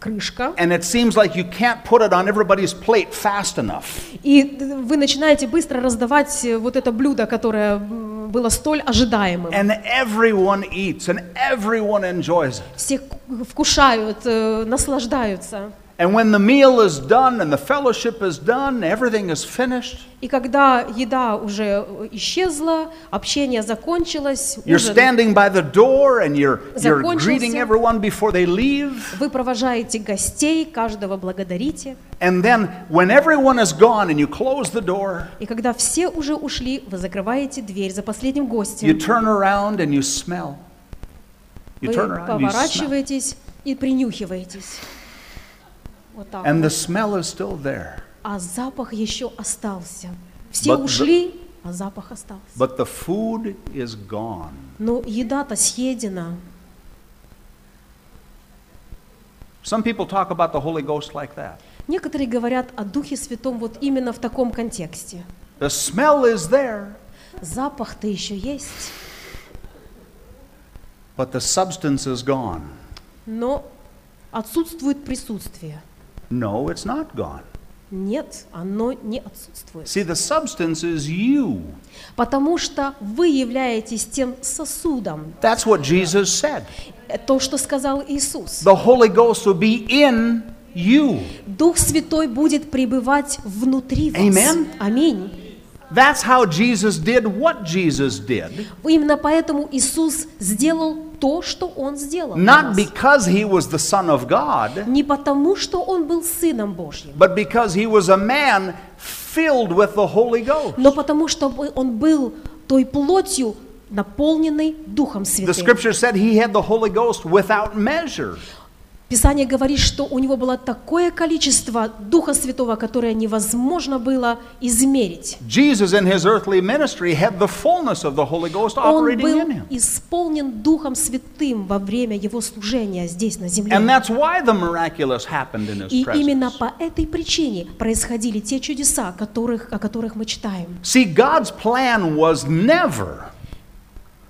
[SPEAKER 2] крышка,
[SPEAKER 1] and it seems like you can't put it on everybody's plate fast enough.
[SPEAKER 2] и вы начинаете быстро раздавать э, вот это блюдо, которое м, было столь ожидаемым.
[SPEAKER 1] And everyone eats, and everyone enjoys it.
[SPEAKER 2] Все к- вкушают, э, наслаждаются.
[SPEAKER 1] And when the meal is done and the fellowship is done, everything is finished,
[SPEAKER 2] И когда еда уже э, исчезла, общение закончилось,
[SPEAKER 1] you're
[SPEAKER 2] ужин-
[SPEAKER 1] standing by the door and you're, you're
[SPEAKER 2] Закончился.
[SPEAKER 1] greeting everyone before they leave.
[SPEAKER 2] вы провожаете гостей, каждого благодарите.
[SPEAKER 1] And then when everyone is gone and you close the door,
[SPEAKER 2] И когда все уже ушли, вы закрываете дверь за последним гостем.
[SPEAKER 1] you turn around and you smell. You
[SPEAKER 2] Вы
[SPEAKER 1] turn around and you smell.
[SPEAKER 2] поворачиваетесь и принюхиваетесь. Вот так.
[SPEAKER 1] And the smell is still there.
[SPEAKER 2] А запах еще остался. Все
[SPEAKER 1] But the-
[SPEAKER 2] ушли, а запах остался.
[SPEAKER 1] But the food is gone.
[SPEAKER 2] Но еда-то съедена.
[SPEAKER 1] Some people talk about the Holy Ghost like that.
[SPEAKER 2] Некоторые говорят о Духе Святом вот именно в таком контексте.
[SPEAKER 1] The smell is there,
[SPEAKER 2] Запах-то еще есть,
[SPEAKER 1] but the substance is gone.
[SPEAKER 2] но отсутствует присутствие.
[SPEAKER 1] No, it's not gone.
[SPEAKER 2] Нет, оно не отсутствует.
[SPEAKER 1] See, the substance is you.
[SPEAKER 2] Потому что вы являетесь тем сосудом,
[SPEAKER 1] That's what Jesus said.
[SPEAKER 2] э, то, что сказал Иисус.
[SPEAKER 1] The Holy Ghost will be in you.
[SPEAKER 2] Дух Святой будет пребывать внутри вас.
[SPEAKER 1] Amen.
[SPEAKER 2] Аминь.
[SPEAKER 1] That's how Jesus did what Jesus did.
[SPEAKER 2] Именно поэтому Иисус сделал то, что Он сделал. для
[SPEAKER 1] Not
[SPEAKER 2] нас.
[SPEAKER 1] because he was the Son of God,
[SPEAKER 2] Не потому, что Он был Сыном Божьим,
[SPEAKER 1] but because he was a man filled with the Holy Ghost.
[SPEAKER 2] но потому, что бы Он был той плотью, наполненной Духом
[SPEAKER 1] The
[SPEAKER 2] Святым.
[SPEAKER 1] scripture said he had the Holy Ghost without measure.
[SPEAKER 2] Писание говорит, что у Него было такое количество Духа Святого, которое невозможно было измерить.
[SPEAKER 1] Jesus in his earthly ministry had the fullness of the Holy Ghost
[SPEAKER 2] Он
[SPEAKER 1] operating
[SPEAKER 2] был
[SPEAKER 1] in him.
[SPEAKER 2] исполнен Духом Святым во время Его служения здесь, на земле.
[SPEAKER 1] And that's why the miraculous happened in his
[SPEAKER 2] И именно
[SPEAKER 1] presence.
[SPEAKER 2] по этой причине происходили те чудеса, которых, о которых мы читаем.
[SPEAKER 1] See, God's plan was never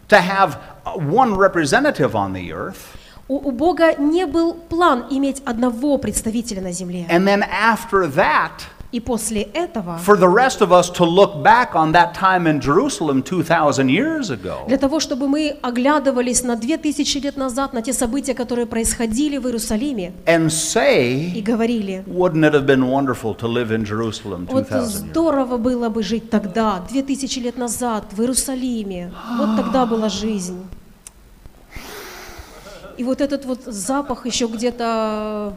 [SPEAKER 1] to have uh, one representative on the earth
[SPEAKER 2] У, у Бога не был план иметь одного представителя на земле.
[SPEAKER 1] and then after that
[SPEAKER 2] И после этого,
[SPEAKER 1] for the rest of us to look back on that time in Jerusalem 2,000 years ago
[SPEAKER 2] для того, чтобы мы оглядывались на две тысячи лет назад, на те события, которые происходили в Иерусалиме,
[SPEAKER 1] and
[SPEAKER 2] и
[SPEAKER 1] say,
[SPEAKER 2] говорили,
[SPEAKER 1] wouldn't it have been wonderful to live in Jerusalem
[SPEAKER 2] вот
[SPEAKER 1] 2,000 years?
[SPEAKER 2] здорово было бы жить тогда, две тысячи лет назад, в Иерусалиме. Вот тогда была жизнь. И вот этот вот запах еще где-то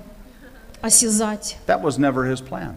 [SPEAKER 2] осязать.
[SPEAKER 1] That was never his plan.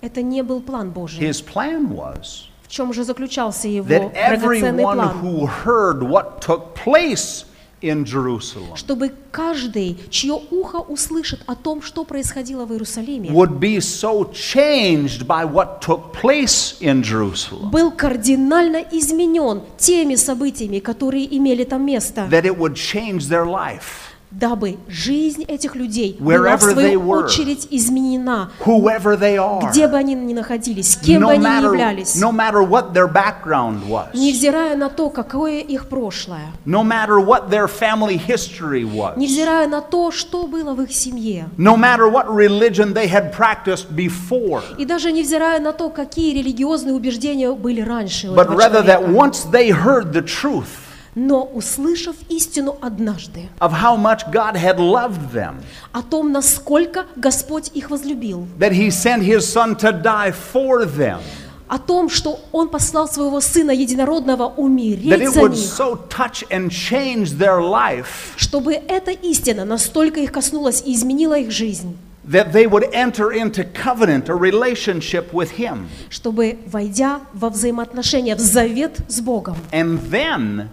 [SPEAKER 2] Это не был план Божий.
[SPEAKER 1] His plan was
[SPEAKER 2] В чем же заключался его
[SPEAKER 1] that
[SPEAKER 2] драгоценный
[SPEAKER 1] everyone
[SPEAKER 2] план?
[SPEAKER 1] who heard what took place in Jerusalem
[SPEAKER 2] Чтобы каждый, чье ухо услышит о том, что происходило в Иерусалиме,
[SPEAKER 1] would be so changed by what took place in Jerusalem
[SPEAKER 2] был кардинально изменен теми событиями, которые имели там место,
[SPEAKER 1] that it would change their life.
[SPEAKER 2] дабы жизнь этих людей была,
[SPEAKER 1] Wherever
[SPEAKER 2] в
[SPEAKER 1] they
[SPEAKER 2] свою
[SPEAKER 1] were.
[SPEAKER 2] очередь, изменена,
[SPEAKER 1] Whoever they are,
[SPEAKER 2] где бы они ни находились, кем бы
[SPEAKER 1] no
[SPEAKER 2] они ни
[SPEAKER 1] matter,
[SPEAKER 2] являлись,
[SPEAKER 1] no matter what their background was,
[SPEAKER 2] невзирая на то, какое их прошлое,
[SPEAKER 1] no matter what their family history was,
[SPEAKER 2] невзирая на то, что было в их семье,
[SPEAKER 1] no matter what religion they had practiced before.
[SPEAKER 2] И даже невзирая на то, какие религиозные убеждения были раньше у
[SPEAKER 1] But
[SPEAKER 2] этого
[SPEAKER 1] rather that
[SPEAKER 2] человека.
[SPEAKER 1] once they heard the truth
[SPEAKER 2] Но услышав истину однажды
[SPEAKER 1] of how much God had loved them,
[SPEAKER 2] о том, насколько Господь их возлюбил,
[SPEAKER 1] that he sent his son to die for them,
[SPEAKER 2] о том, что Он послал Своего Сына Единородного
[SPEAKER 1] that
[SPEAKER 2] умереть
[SPEAKER 1] it
[SPEAKER 2] за
[SPEAKER 1] would
[SPEAKER 2] них,
[SPEAKER 1] so touch and change their life
[SPEAKER 2] чтобы эта истина настолько их коснулась и изменила их жизнь,
[SPEAKER 1] that they would enter into covenant, a relationship with him.
[SPEAKER 2] чтобы, войдя во взаимоотношения, в завет с Богом,
[SPEAKER 1] And then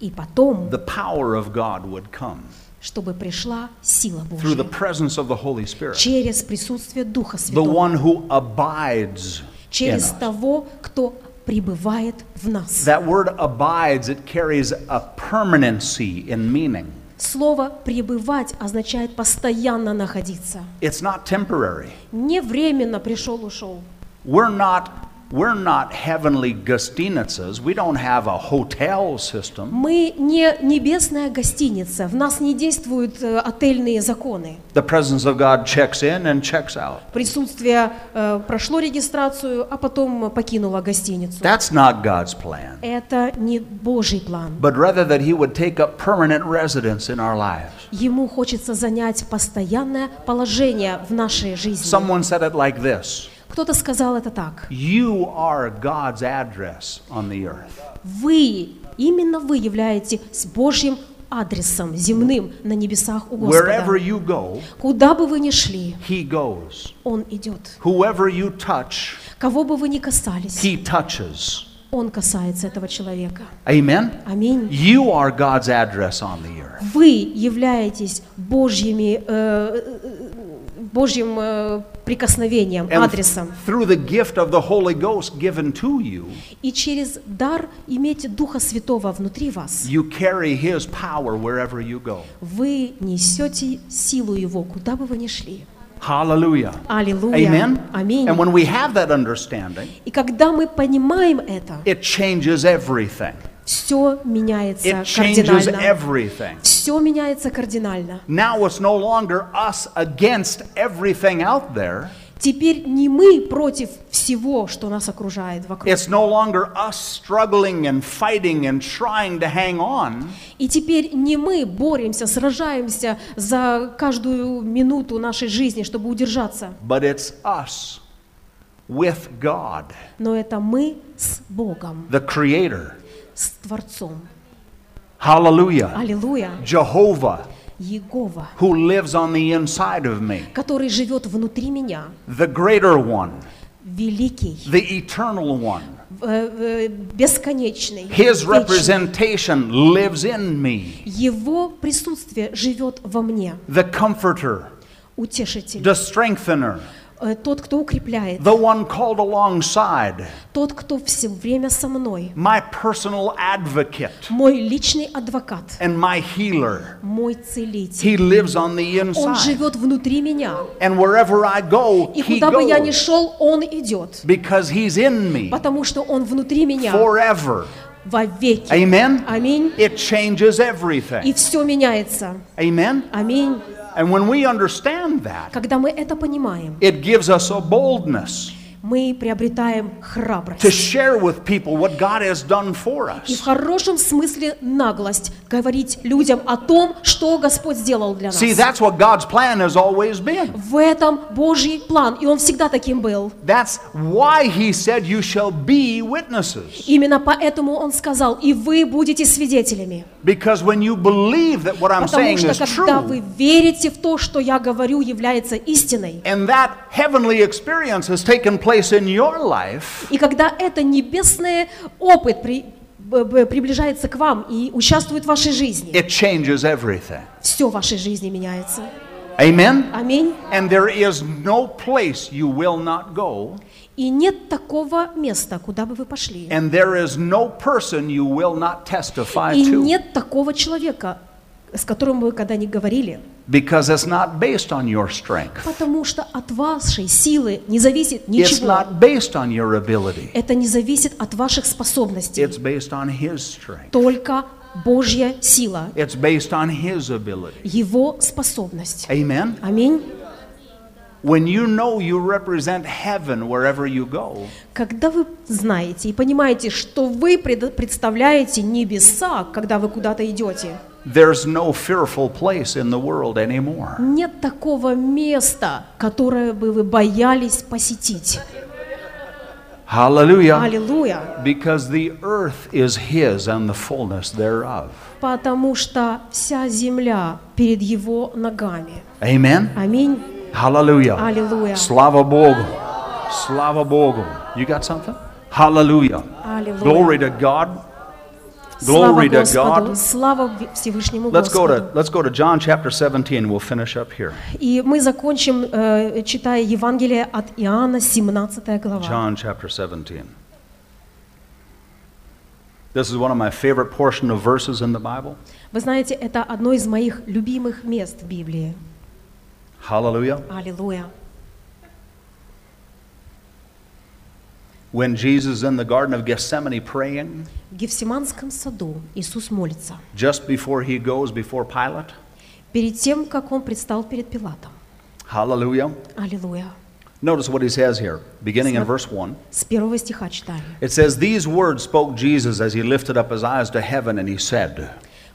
[SPEAKER 2] и потом,
[SPEAKER 1] the power of God would come
[SPEAKER 2] чтобы пришла сила
[SPEAKER 1] through the
[SPEAKER 2] Божья
[SPEAKER 1] presence of the Holy Spirit,
[SPEAKER 2] через присутствие Духа
[SPEAKER 1] the
[SPEAKER 2] Святого.
[SPEAKER 1] one who abides in
[SPEAKER 2] через
[SPEAKER 1] us.
[SPEAKER 2] того, кто пребывает в нас.
[SPEAKER 1] That word abides, it carries a permanency in meaning.
[SPEAKER 2] Слово «пребывать» означает постоянно находиться.
[SPEAKER 1] It's not temporary.
[SPEAKER 2] Не временно пришел, ушел.
[SPEAKER 1] We're not, we're not heavenly gostinitzas. We don't have a hotel system.
[SPEAKER 2] Мы не небесная гостиница, в нас не действуют э, отельные законы.
[SPEAKER 1] The presence of God checks in and checks out.
[SPEAKER 2] Присутствие э, прошло регистрацию, а потом покинуло гостиницу.
[SPEAKER 1] That's not God's plan.
[SPEAKER 2] Это не Божий план.
[SPEAKER 1] But rather that He would take up permanent residence in our lives.
[SPEAKER 2] Ему хочется занять постоянное положение в нашей жизни.
[SPEAKER 1] Someone said it like this
[SPEAKER 2] Кто-то сказал это так.
[SPEAKER 1] You are God's address on the earth.
[SPEAKER 2] Вы, именно вы являетесь Божьим адресом земным на небесах у
[SPEAKER 1] Wherever
[SPEAKER 2] Господа.
[SPEAKER 1] you go,
[SPEAKER 2] Куда бы вы ни шли,
[SPEAKER 1] He goes.
[SPEAKER 2] Он идет.
[SPEAKER 1] Whoever you touch,
[SPEAKER 2] Кого бы вы ни касались,
[SPEAKER 1] He touches.
[SPEAKER 2] Он касается этого человека.
[SPEAKER 1] Amen?
[SPEAKER 2] Аминь.
[SPEAKER 1] You are God's address on the earth.
[SPEAKER 2] Вы являетесь Божьими, э, э, э, Божьим э, прикосновением,
[SPEAKER 1] And
[SPEAKER 2] адресом.
[SPEAKER 1] Through the gift of the Holy Ghost given to you,
[SPEAKER 2] И через дар имейте Духа Святого внутри вас.
[SPEAKER 1] you carry His power wherever you go.
[SPEAKER 2] Вы несете силу Его, куда бы вы ни шли.
[SPEAKER 1] Hallelujah.
[SPEAKER 2] Аллилуйя.
[SPEAKER 1] Amen?
[SPEAKER 2] Аминь.
[SPEAKER 1] And when we have that understanding,
[SPEAKER 2] И когда мы понимаем это,
[SPEAKER 1] it changes everything.
[SPEAKER 2] все меняется
[SPEAKER 1] It changes
[SPEAKER 2] кардинально.
[SPEAKER 1] everything.
[SPEAKER 2] Все меняется кардинально.
[SPEAKER 1] Now it's no longer us against everything out there.
[SPEAKER 2] Теперь не мы против всего, что нас окружает вокруг.
[SPEAKER 1] It's no longer us struggling and fighting and trying to hang on.
[SPEAKER 2] И теперь не мы боремся, сражаемся за каждую минуту нашей жизни, чтобы удержаться.
[SPEAKER 1] But it's us with God,
[SPEAKER 2] но это мы с Богом,
[SPEAKER 1] the Creator.
[SPEAKER 2] с Творцом.
[SPEAKER 1] Hallelujah.
[SPEAKER 2] Аллилуйя!
[SPEAKER 1] Jehovah,
[SPEAKER 2] Егова,
[SPEAKER 1] who lives on the inside of me,
[SPEAKER 2] который живет внутри меня,
[SPEAKER 1] the greater one,
[SPEAKER 2] великий,
[SPEAKER 1] the eternal one.
[SPEAKER 2] э, э, бесконечный,
[SPEAKER 1] His
[SPEAKER 2] вечный.
[SPEAKER 1] representation lives in me,
[SPEAKER 2] Его присутствие живет во мне,
[SPEAKER 1] the comforter,
[SPEAKER 2] утешитель,
[SPEAKER 1] the strengthener,
[SPEAKER 2] э, тот, кто укрепляет,
[SPEAKER 1] the one called alongside,
[SPEAKER 2] тот, кто все время со мной,
[SPEAKER 1] my personal advocate,
[SPEAKER 2] мой личный адвокат,
[SPEAKER 1] and my healer.
[SPEAKER 2] мой целитель.
[SPEAKER 1] He lives on the
[SPEAKER 2] Он
[SPEAKER 1] inside.
[SPEAKER 2] живет внутри меня,
[SPEAKER 1] And wherever I go,
[SPEAKER 2] и
[SPEAKER 1] he
[SPEAKER 2] куда бы я ни
[SPEAKER 1] goes
[SPEAKER 2] шел, он идет,
[SPEAKER 1] because he's in me
[SPEAKER 2] потому что он внутри меня
[SPEAKER 1] forever.
[SPEAKER 2] вовеки.
[SPEAKER 1] Amen?
[SPEAKER 2] Аминь.
[SPEAKER 1] It changes
[SPEAKER 2] И
[SPEAKER 1] everything.
[SPEAKER 2] все меняется.
[SPEAKER 1] Amen?
[SPEAKER 2] Аминь.
[SPEAKER 1] And when we understand that,
[SPEAKER 2] Когда мы это понимаем,
[SPEAKER 1] it gives us a boldness
[SPEAKER 2] мы приобретаем
[SPEAKER 1] to
[SPEAKER 2] храбрость.
[SPEAKER 1] share with people what God has done for
[SPEAKER 2] И в
[SPEAKER 1] us.
[SPEAKER 2] хорошем смысле наглость говорить людям о том, что Господь сделал для нас.
[SPEAKER 1] See, that's what God's plan has always been.
[SPEAKER 2] В этом Божий план, и он всегда таким был.
[SPEAKER 1] That's why He said, You shall be witnesses.
[SPEAKER 2] Именно поэтому он сказал, и вы будете свидетелями.
[SPEAKER 1] Because when you believe that what I'm
[SPEAKER 2] Потому
[SPEAKER 1] saying
[SPEAKER 2] что
[SPEAKER 1] is
[SPEAKER 2] когда вы
[SPEAKER 1] true,
[SPEAKER 2] верите в то, что я говорю, является истиной,
[SPEAKER 1] and that heavenly experience has taken place in your life,
[SPEAKER 2] и когда это небесный опыт при- б- б- приближается к вам и участвует в вашей жизни,
[SPEAKER 1] it changes everything.
[SPEAKER 2] все в вашей жизни меняется.
[SPEAKER 1] Amen?
[SPEAKER 2] Аминь.
[SPEAKER 1] And there is no place you will not go,
[SPEAKER 2] И нет такого места, куда бы вы пошли.
[SPEAKER 1] and there is no person you will not testify
[SPEAKER 2] И
[SPEAKER 1] to.
[SPEAKER 2] нет такого человека, с которым вы когда не говорили,
[SPEAKER 1] Because it's not based on your strength,
[SPEAKER 2] потому что от вашей силы не зависит
[SPEAKER 1] it's
[SPEAKER 2] ничего.
[SPEAKER 1] not based on your ability.
[SPEAKER 2] Это не зависит от ваших способностей.
[SPEAKER 1] It's based on His strength.
[SPEAKER 2] Только Божья сила,
[SPEAKER 1] It's based on His ability.
[SPEAKER 2] Его способность.
[SPEAKER 1] Amen?
[SPEAKER 2] Аминь.
[SPEAKER 1] When you know you represent heaven wherever you go,
[SPEAKER 2] Когда вы знаете и понимаете, что вы пред- представляете небеса, когда вы куда-то идете,
[SPEAKER 1] there's no fearful place in the world anymore.
[SPEAKER 2] нет такого места, которое бы вы боялись посетить.
[SPEAKER 1] Hallelujah.
[SPEAKER 2] Аллилуйя!
[SPEAKER 1] Because the earth is His and the fullness thereof.
[SPEAKER 2] Потому что вся земля перед его ногами.
[SPEAKER 1] Amen?
[SPEAKER 2] Аминь.
[SPEAKER 1] Hallelujah.
[SPEAKER 2] Hallelujah.
[SPEAKER 1] Slava Bogu. Slava Bogu. You got something? Hallelujah.
[SPEAKER 2] Hallelujah.
[SPEAKER 1] Glory to God.
[SPEAKER 2] Слава
[SPEAKER 1] Glory to
[SPEAKER 2] Господу,
[SPEAKER 1] God.
[SPEAKER 2] слава Ви- Всевышнему
[SPEAKER 1] Let's go to
[SPEAKER 2] Господу.
[SPEAKER 1] let's go to John chapter 17. We'll finish up here.
[SPEAKER 2] И мы закончим, э, читая Евангелие от Иоанна, 17 глава.
[SPEAKER 1] John chapter 17. This is one of my favorite portion of verses in the Bible.
[SPEAKER 2] Вы знаете, это одно из моих любимых мест в Библии.
[SPEAKER 1] Hallelujah.
[SPEAKER 2] Аллилуйя.
[SPEAKER 1] When Jesus is in the Garden of Gethsemane praying,
[SPEAKER 2] В Гефсиманском саду Иисус молится.
[SPEAKER 1] just before he goes before Pilate.
[SPEAKER 2] Перед тем, как он предстал перед Пилатом.
[SPEAKER 1] Hallelujah.
[SPEAKER 2] Аллилуйя.
[SPEAKER 1] Notice what he says here, beginning in
[SPEAKER 2] Смотри.
[SPEAKER 1] verse 1.
[SPEAKER 2] С первого стиха читаем.
[SPEAKER 1] It says, These words spoke Jesus as he lifted up his eyes to heaven and he said,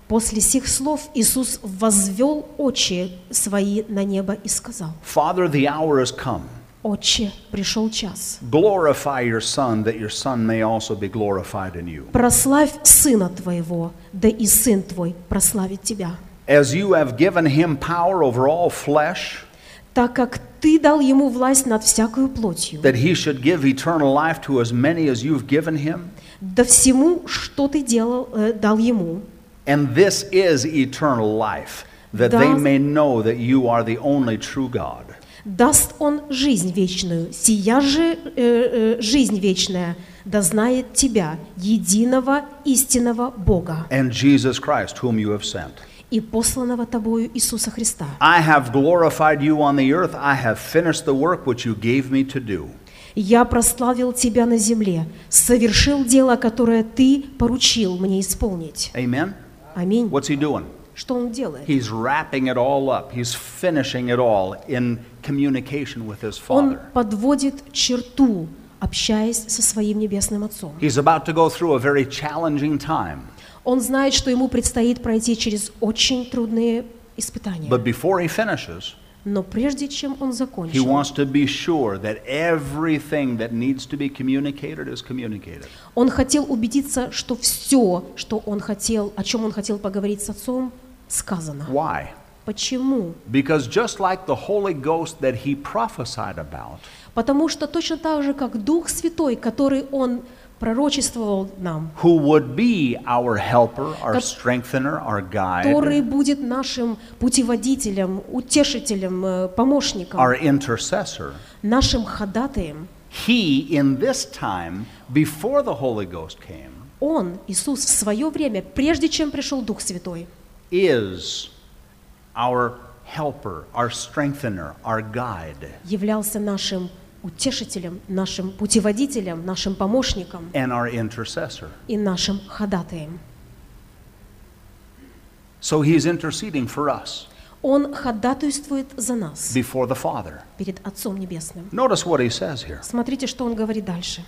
[SPEAKER 2] После сих слов Иисус возвел очи свои на небо и сказал,
[SPEAKER 1] Father, the hour is come.
[SPEAKER 2] «Отче, пришел час.
[SPEAKER 1] Glorify your Son, that your Son may also be glorified in you.
[SPEAKER 2] Прославь Сына Твоего, да и Сын Твой прославит Тебя,
[SPEAKER 1] As you have given him power over all flesh,
[SPEAKER 2] так как Ты дал Ему власть над всякою плотью,
[SPEAKER 1] that he should give eternal life to as many as you've given him.
[SPEAKER 2] да всему, что Ты делал, э, дал Ему,
[SPEAKER 1] And this is eternal life, that they
[SPEAKER 2] Does-
[SPEAKER 1] may know that you are the only true God
[SPEAKER 2] даст Он жизнь вечную, сия же э, э, жизнь вечная, да знает Тебя, единого истинного Бога
[SPEAKER 1] and Jesus Christ, whom you have sent.
[SPEAKER 2] и посланного Тобою Иисуса Христа».
[SPEAKER 1] I have glorified you on the earth. I have finished the work which you gave me to do.
[SPEAKER 2] Я прославил тебя на земле, совершил дело, которое ты поручил мне исполнить.
[SPEAKER 1] Amen?
[SPEAKER 2] Аминь.
[SPEAKER 1] What's he doing?
[SPEAKER 2] Что он делает?
[SPEAKER 1] He's wrapping it all up. He's finishing it all in communication with his
[SPEAKER 2] Он
[SPEAKER 1] Father.
[SPEAKER 2] подводит черту, общаясь со своим небесным отцом.
[SPEAKER 1] He's about to go through a very challenging time.
[SPEAKER 2] Он знает, что ему предстоит пройти через очень трудные испытания.
[SPEAKER 1] But before he finishes,
[SPEAKER 2] Но прежде чем он
[SPEAKER 1] He
[SPEAKER 2] закончил,
[SPEAKER 1] wants to be sure that everything that needs to be communicated is communicated.
[SPEAKER 2] он хотел убедиться, что все, что он хотел, о чем он хотел поговорить с отцом, сказано.
[SPEAKER 1] Why?
[SPEAKER 2] Почему?
[SPEAKER 1] Because just like the Holy Ghost that he prophesied about,
[SPEAKER 2] Потому что точно так же, как Дух Святой, который он пророчествовал нам,
[SPEAKER 1] who would be our helper, our
[SPEAKER 2] Кот-
[SPEAKER 1] strengthener, our
[SPEAKER 2] который
[SPEAKER 1] guide,
[SPEAKER 2] будет нашим путеводителем, утешителем, э, помощником,
[SPEAKER 1] our intercessor,
[SPEAKER 2] нашим ходатаем.
[SPEAKER 1] he in this time, before the Holy Ghost came,
[SPEAKER 2] Он, Иисус, в свое время, прежде чем пришел Дух Святой,
[SPEAKER 1] is our helper, our strengthener, our guide,
[SPEAKER 2] являлся нашим утешителем, нашим путеводителем, нашим помощником
[SPEAKER 1] and our intercessor.
[SPEAKER 2] и нашим ходатаем.
[SPEAKER 1] So he's interceding for us
[SPEAKER 2] Он ходатайствует за нас
[SPEAKER 1] before the Father.
[SPEAKER 2] перед Отцом Небесным.
[SPEAKER 1] Notice what he says here.
[SPEAKER 2] Смотрите, что он говорит дальше.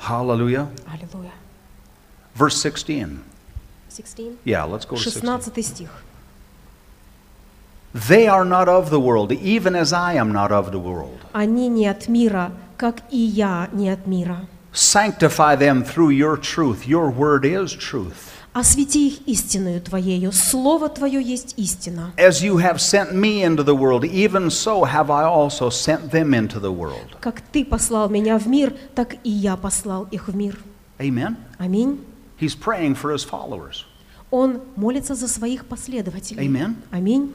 [SPEAKER 1] Hallelujah.
[SPEAKER 2] Аллилуйя.
[SPEAKER 1] Verse 16.
[SPEAKER 2] 16.
[SPEAKER 1] Yeah, let's go to 16.
[SPEAKER 2] 16 стих.
[SPEAKER 1] They are not of the world, even as I am not of the world.
[SPEAKER 2] Они не от мира, как и я не от мира.
[SPEAKER 1] Sanctify them through your truth. Your word is truth.
[SPEAKER 2] Освети их истиною Твоею. Слово Твое есть истина.
[SPEAKER 1] As you have sent me into the world, even so have I also sent them into the world.
[SPEAKER 2] Как Ты послал меня в мир, так и я послал их в мир.
[SPEAKER 1] Amen.
[SPEAKER 2] Аминь.
[SPEAKER 1] He's praying for his followers.
[SPEAKER 2] Он молится за своих последователей.
[SPEAKER 1] Amen.
[SPEAKER 2] Аминь.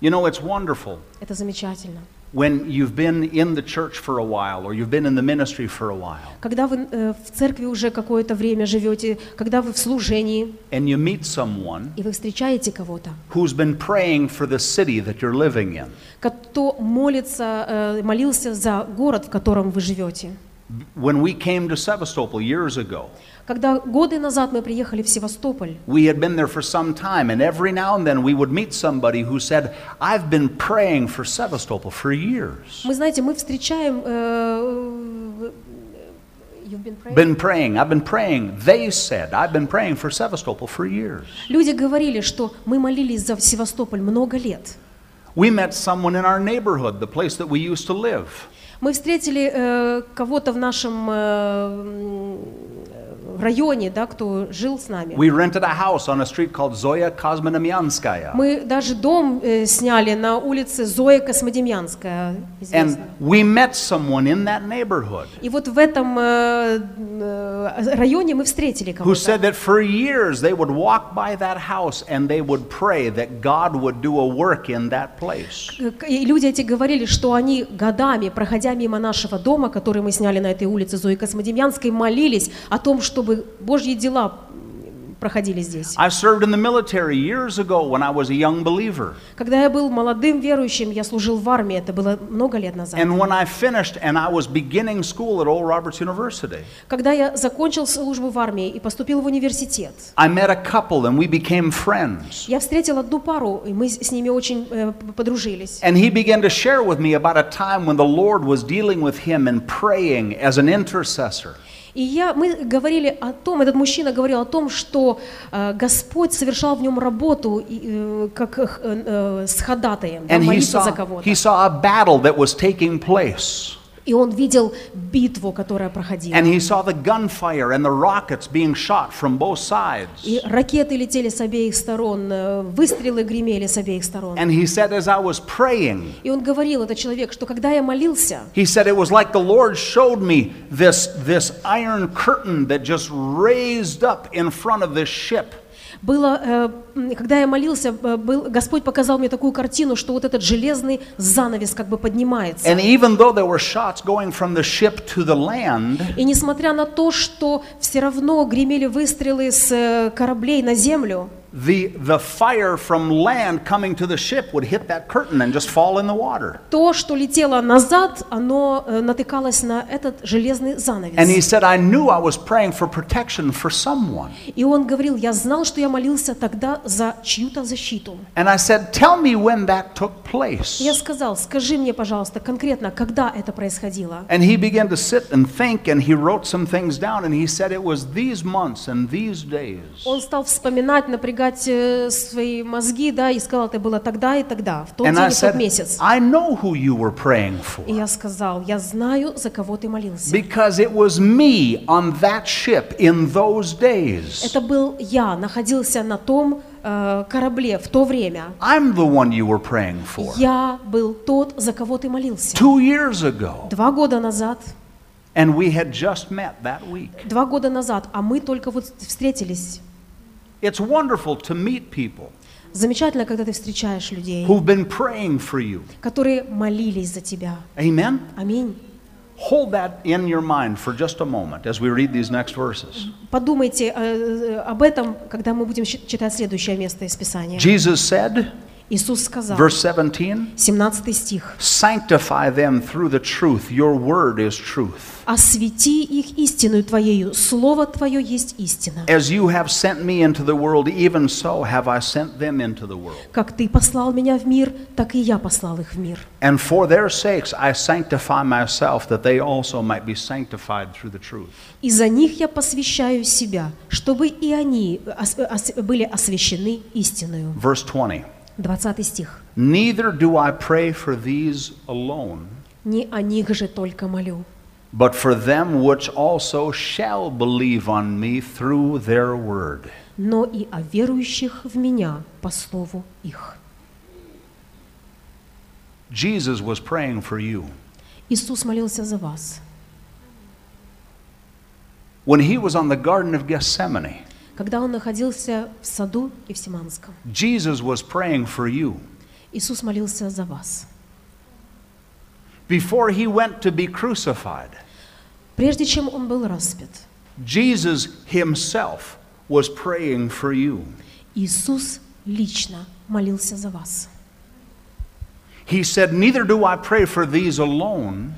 [SPEAKER 1] You know, it's wonderful
[SPEAKER 2] Это замечательно.
[SPEAKER 1] when you've been in the church for a while or you've been in the ministry for a while
[SPEAKER 2] Когда вы э, в церкви уже какое-то время живете, когда вы в служении,
[SPEAKER 1] and you meet someone
[SPEAKER 2] и вы встречаете кого-то,
[SPEAKER 1] who's been прaying for the city that you're living in,
[SPEAKER 2] кто молится, э, молился за город, в котором вы живете.
[SPEAKER 1] When we came to Sevastopol years ago,
[SPEAKER 2] Когда годы назад мы приехали в Севастополь,
[SPEAKER 1] we had been there for some time, and every now and then we would meet somebody who said, I've been praying for Sevastopol for years.
[SPEAKER 2] мы, знаете, мы встречаем... э, you've been praying?
[SPEAKER 1] Been praying, I've been praying. They said, I've been praying for Sevastopol for years.
[SPEAKER 2] Люди говорили, что мы молились за Севастополь много лет.
[SPEAKER 1] We met someone in our neighborhood, the place that we used to live,
[SPEAKER 2] Мы встретили э, кого-то в нашем э, м, э, районе, да, кто жил с нами.
[SPEAKER 1] We rented a house on a street called Zoya Kosmonemianskaya.
[SPEAKER 2] Мы даже дом э, сняли на улице Зоя Космодемьянская,
[SPEAKER 1] And
[SPEAKER 2] известная.
[SPEAKER 1] we met someone in that neighborhood
[SPEAKER 2] И вот в этом э, э, районе мы встретили
[SPEAKER 1] who
[SPEAKER 2] кого-то,
[SPEAKER 1] said that for years they would walk by that house and they would pray that God would do a work in that place.
[SPEAKER 2] К- И люди эти говорили, что они годами, проходя мимо нашего дома, который мы сняли на этой улице Зои Космодемьянской, молились о том, чтобы Божьи дела м, проходили здесь.
[SPEAKER 1] I served in the military years ago when I was a young believer.
[SPEAKER 2] Когда я был молодым верующим, я служил в армии, это было много лет назад.
[SPEAKER 1] And when I finished and I was beginning school at Old Roberts University,
[SPEAKER 2] Когда я закончил службу в армии и поступил в университет,
[SPEAKER 1] I met a couple and we became friends.
[SPEAKER 2] я встретил одну пару, и мы с с ними очень э, п- подружились.
[SPEAKER 1] And he began to share with me about a time when the Lord was dealing with him and praying as an intercessor.
[SPEAKER 2] И я, мы говорили о том, этот мужчина говорил о том, что э, Господь совершал в нем работу и, э, как э, э, с ходатаем, да,
[SPEAKER 1] And he
[SPEAKER 2] молиться за
[SPEAKER 1] saw,
[SPEAKER 2] кого-то.
[SPEAKER 1] he saw a battle that was taking place.
[SPEAKER 2] И он видел битву, которая проходила.
[SPEAKER 1] And he saw the gunfire and the rockets being shot from both sides.
[SPEAKER 2] И ракеты летели с обеих сторон, э, выстрелы гремели с обеих сторон.
[SPEAKER 1] And he said, as I was praying,
[SPEAKER 2] И он говорил, этот человек, что когда я молился,
[SPEAKER 1] he said, it was like the Lord showed me this, this iron curtain that just raised up in front of this ship.
[SPEAKER 2] было, э, м, когда я молился, э, был, Господь показал мне такую картину, что вот этот железный занавес как бы поднимается.
[SPEAKER 1] And even though there were shots going from the ship to the land,
[SPEAKER 2] И несмотря на то, что все равно гремели выстрелы с э, кораблей на землю,
[SPEAKER 1] the, the fire from land coming to the ship would hit that curtain and just fall in the water.
[SPEAKER 2] то, что летело назад, оно э, натыкалось на этот железный
[SPEAKER 1] And he
[SPEAKER 2] занавес.
[SPEAKER 1] said, I knew I was praying for protection for someone.
[SPEAKER 2] И он говорил, я знал, что я молился тогда за чью-то защиту.
[SPEAKER 1] And I said, Tell me when that took place.
[SPEAKER 2] Я сказал, скажи мне, пожалуйста, конкретно, когда это происходило.
[SPEAKER 1] And he began to sit and think, and he wrote some things down, and he said it was these months and these days.
[SPEAKER 2] Он стал вспоминать, напрягать напрягать э, свои мозги, да, и сказал, это было тогда и тогда, в тот
[SPEAKER 1] And
[SPEAKER 2] день
[SPEAKER 1] I
[SPEAKER 2] и в тот
[SPEAKER 1] said,
[SPEAKER 2] месяц.
[SPEAKER 1] I know who you were praying for.
[SPEAKER 2] И я сказал, я знаю, за кого ты молился.
[SPEAKER 1] Because it was me on that ship in those days.
[SPEAKER 2] Это был я, находился на том э, корабле в то время.
[SPEAKER 1] I'm the one you were praying for.
[SPEAKER 2] Я был тот, за кого ты молился.
[SPEAKER 1] Two years ago.
[SPEAKER 2] Два года назад,
[SPEAKER 1] And we had just met that week.
[SPEAKER 2] два года назад, а мы только вот встретились.
[SPEAKER 1] It's wonderful to meet people
[SPEAKER 2] Замечательно, когда ты встречаешь людей,
[SPEAKER 1] who've been praying for you.
[SPEAKER 2] которые молились за тебя.
[SPEAKER 1] Amen?
[SPEAKER 2] Аминь.
[SPEAKER 1] Hold that in your mind for just a moment as we read these next verses.
[SPEAKER 2] Подумайте э, об этом, когда мы будем щи- читать следующее место из Писания.
[SPEAKER 1] Jesus said,
[SPEAKER 2] Иисус сказал,
[SPEAKER 1] verse 17,
[SPEAKER 2] 17 стих,
[SPEAKER 1] Sanctify them through the truth. Your word is truth.
[SPEAKER 2] «Освети их истинную Твоею, Слово Твое есть истина.
[SPEAKER 1] As you have sent me into the world, even so have I sent them into the world.
[SPEAKER 2] Как Ты послал меня в мир, так и я послал их в мир.
[SPEAKER 1] And for their sakes I sanctify myself, that they also might be sanctified through the truth.
[SPEAKER 2] И за них я посвящаю себя, чтобы и они ос- ос- были освящены истиною».
[SPEAKER 1] Verse 20
[SPEAKER 2] 20 стих.
[SPEAKER 1] Neither do I pray for these alone,
[SPEAKER 2] «Не о них же только молю,
[SPEAKER 1] but for them which also shall believe on me through their word.
[SPEAKER 2] но и о верующих в Меня по слову их».
[SPEAKER 1] Jesus was praying for you.
[SPEAKER 2] Иисус молился за вас.
[SPEAKER 1] When he was on the Garden of Gethsemane,
[SPEAKER 2] Когда он находился в саду Евсиманском,
[SPEAKER 1] Jesus was praying for you.
[SPEAKER 2] Иисус молился за вас.
[SPEAKER 1] Before he went to be crucified,
[SPEAKER 2] Прежде чем он был распят,
[SPEAKER 1] Jesus himself was praying for you.
[SPEAKER 2] Иисус лично молился за вас.
[SPEAKER 1] He said, Neither do I pray for these alone,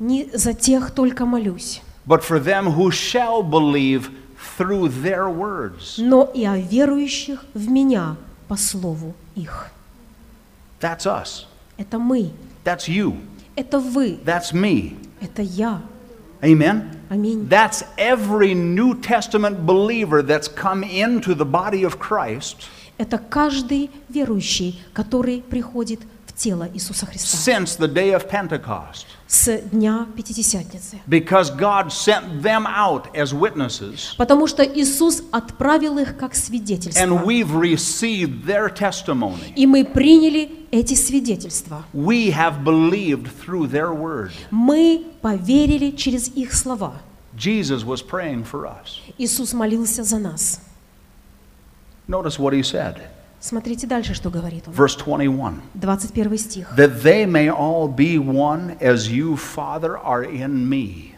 [SPEAKER 2] Не за тех только молюсь,
[SPEAKER 1] but for them who shall believe through their words.
[SPEAKER 2] но и о верующих в Меня по слову их.
[SPEAKER 1] That's us.
[SPEAKER 2] Это мы,
[SPEAKER 1] That's you.
[SPEAKER 2] это вы,
[SPEAKER 1] That's me.
[SPEAKER 2] это я.
[SPEAKER 1] Amen?
[SPEAKER 2] Аминь.
[SPEAKER 1] That's every New Testament believer that's come into the body of Christ
[SPEAKER 2] Это каждый верующий, который приходит в тело Иисуса Христа
[SPEAKER 1] since the day of Pentecost.
[SPEAKER 2] с дня Пятидесятницы.
[SPEAKER 1] Because God sent them out as witnesses,
[SPEAKER 2] Потому что Иисус отправил их как свидетельство.
[SPEAKER 1] and we've received their testimony.
[SPEAKER 2] И мы приняли эти свидетельства.
[SPEAKER 1] We have believed through their word.
[SPEAKER 2] Мы поверили через их слова.
[SPEAKER 1] Jesus was praying for us.
[SPEAKER 2] Иисус молился за нас.
[SPEAKER 1] Notice what he said.
[SPEAKER 2] Смотрите дальше, что говорит он.
[SPEAKER 1] Verse 21
[SPEAKER 2] 21 стих.
[SPEAKER 1] That they may all be one as you, Father, are in me,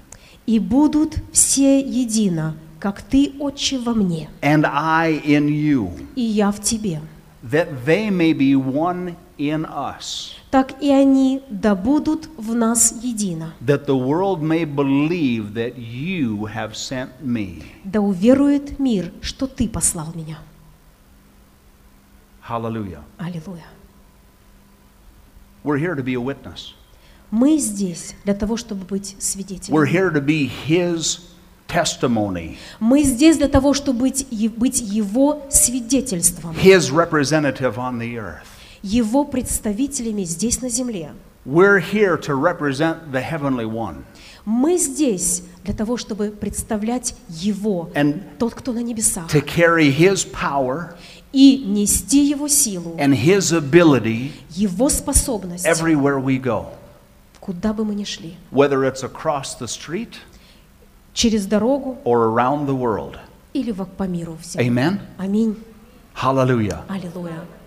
[SPEAKER 2] «И будут все едино, как ты, Отче, во мне,
[SPEAKER 1] and I in you,
[SPEAKER 2] и я в тебе.
[SPEAKER 1] that they may be one in us,
[SPEAKER 2] Так и они да будут в нас едино,
[SPEAKER 1] that the world may believe that you have sent me.
[SPEAKER 2] да уверует мир, что ты послал меня».
[SPEAKER 1] Hallelujah.
[SPEAKER 2] Аллилуйя.
[SPEAKER 1] We're here to be a witness,
[SPEAKER 2] Мы здесь для того, чтобы быть
[SPEAKER 1] we're
[SPEAKER 2] свидетелями.
[SPEAKER 1] here to be His testimony,
[SPEAKER 2] Мы здесь для того, чтобы быть, е- быть Его свидетельством.
[SPEAKER 1] His representative on the earth.
[SPEAKER 2] его представителями здесь на земле.
[SPEAKER 1] We're here to represent the Heavenly One.
[SPEAKER 2] Мы здесь для того, чтобы представлять Его,
[SPEAKER 1] And-
[SPEAKER 2] тот, кто на небесах,
[SPEAKER 1] to carry His power
[SPEAKER 2] и нести Его силу,
[SPEAKER 1] and His ability
[SPEAKER 2] Его способность,
[SPEAKER 1] everywhere we go,
[SPEAKER 2] куда бы мы ни шли,
[SPEAKER 1] whether it's across the street
[SPEAKER 2] через дорогу
[SPEAKER 1] or around the world.
[SPEAKER 2] или во- по миру всему.
[SPEAKER 1] Amen?
[SPEAKER 2] Аминь.
[SPEAKER 1] Hallelujah.
[SPEAKER 2] Аллилуйя.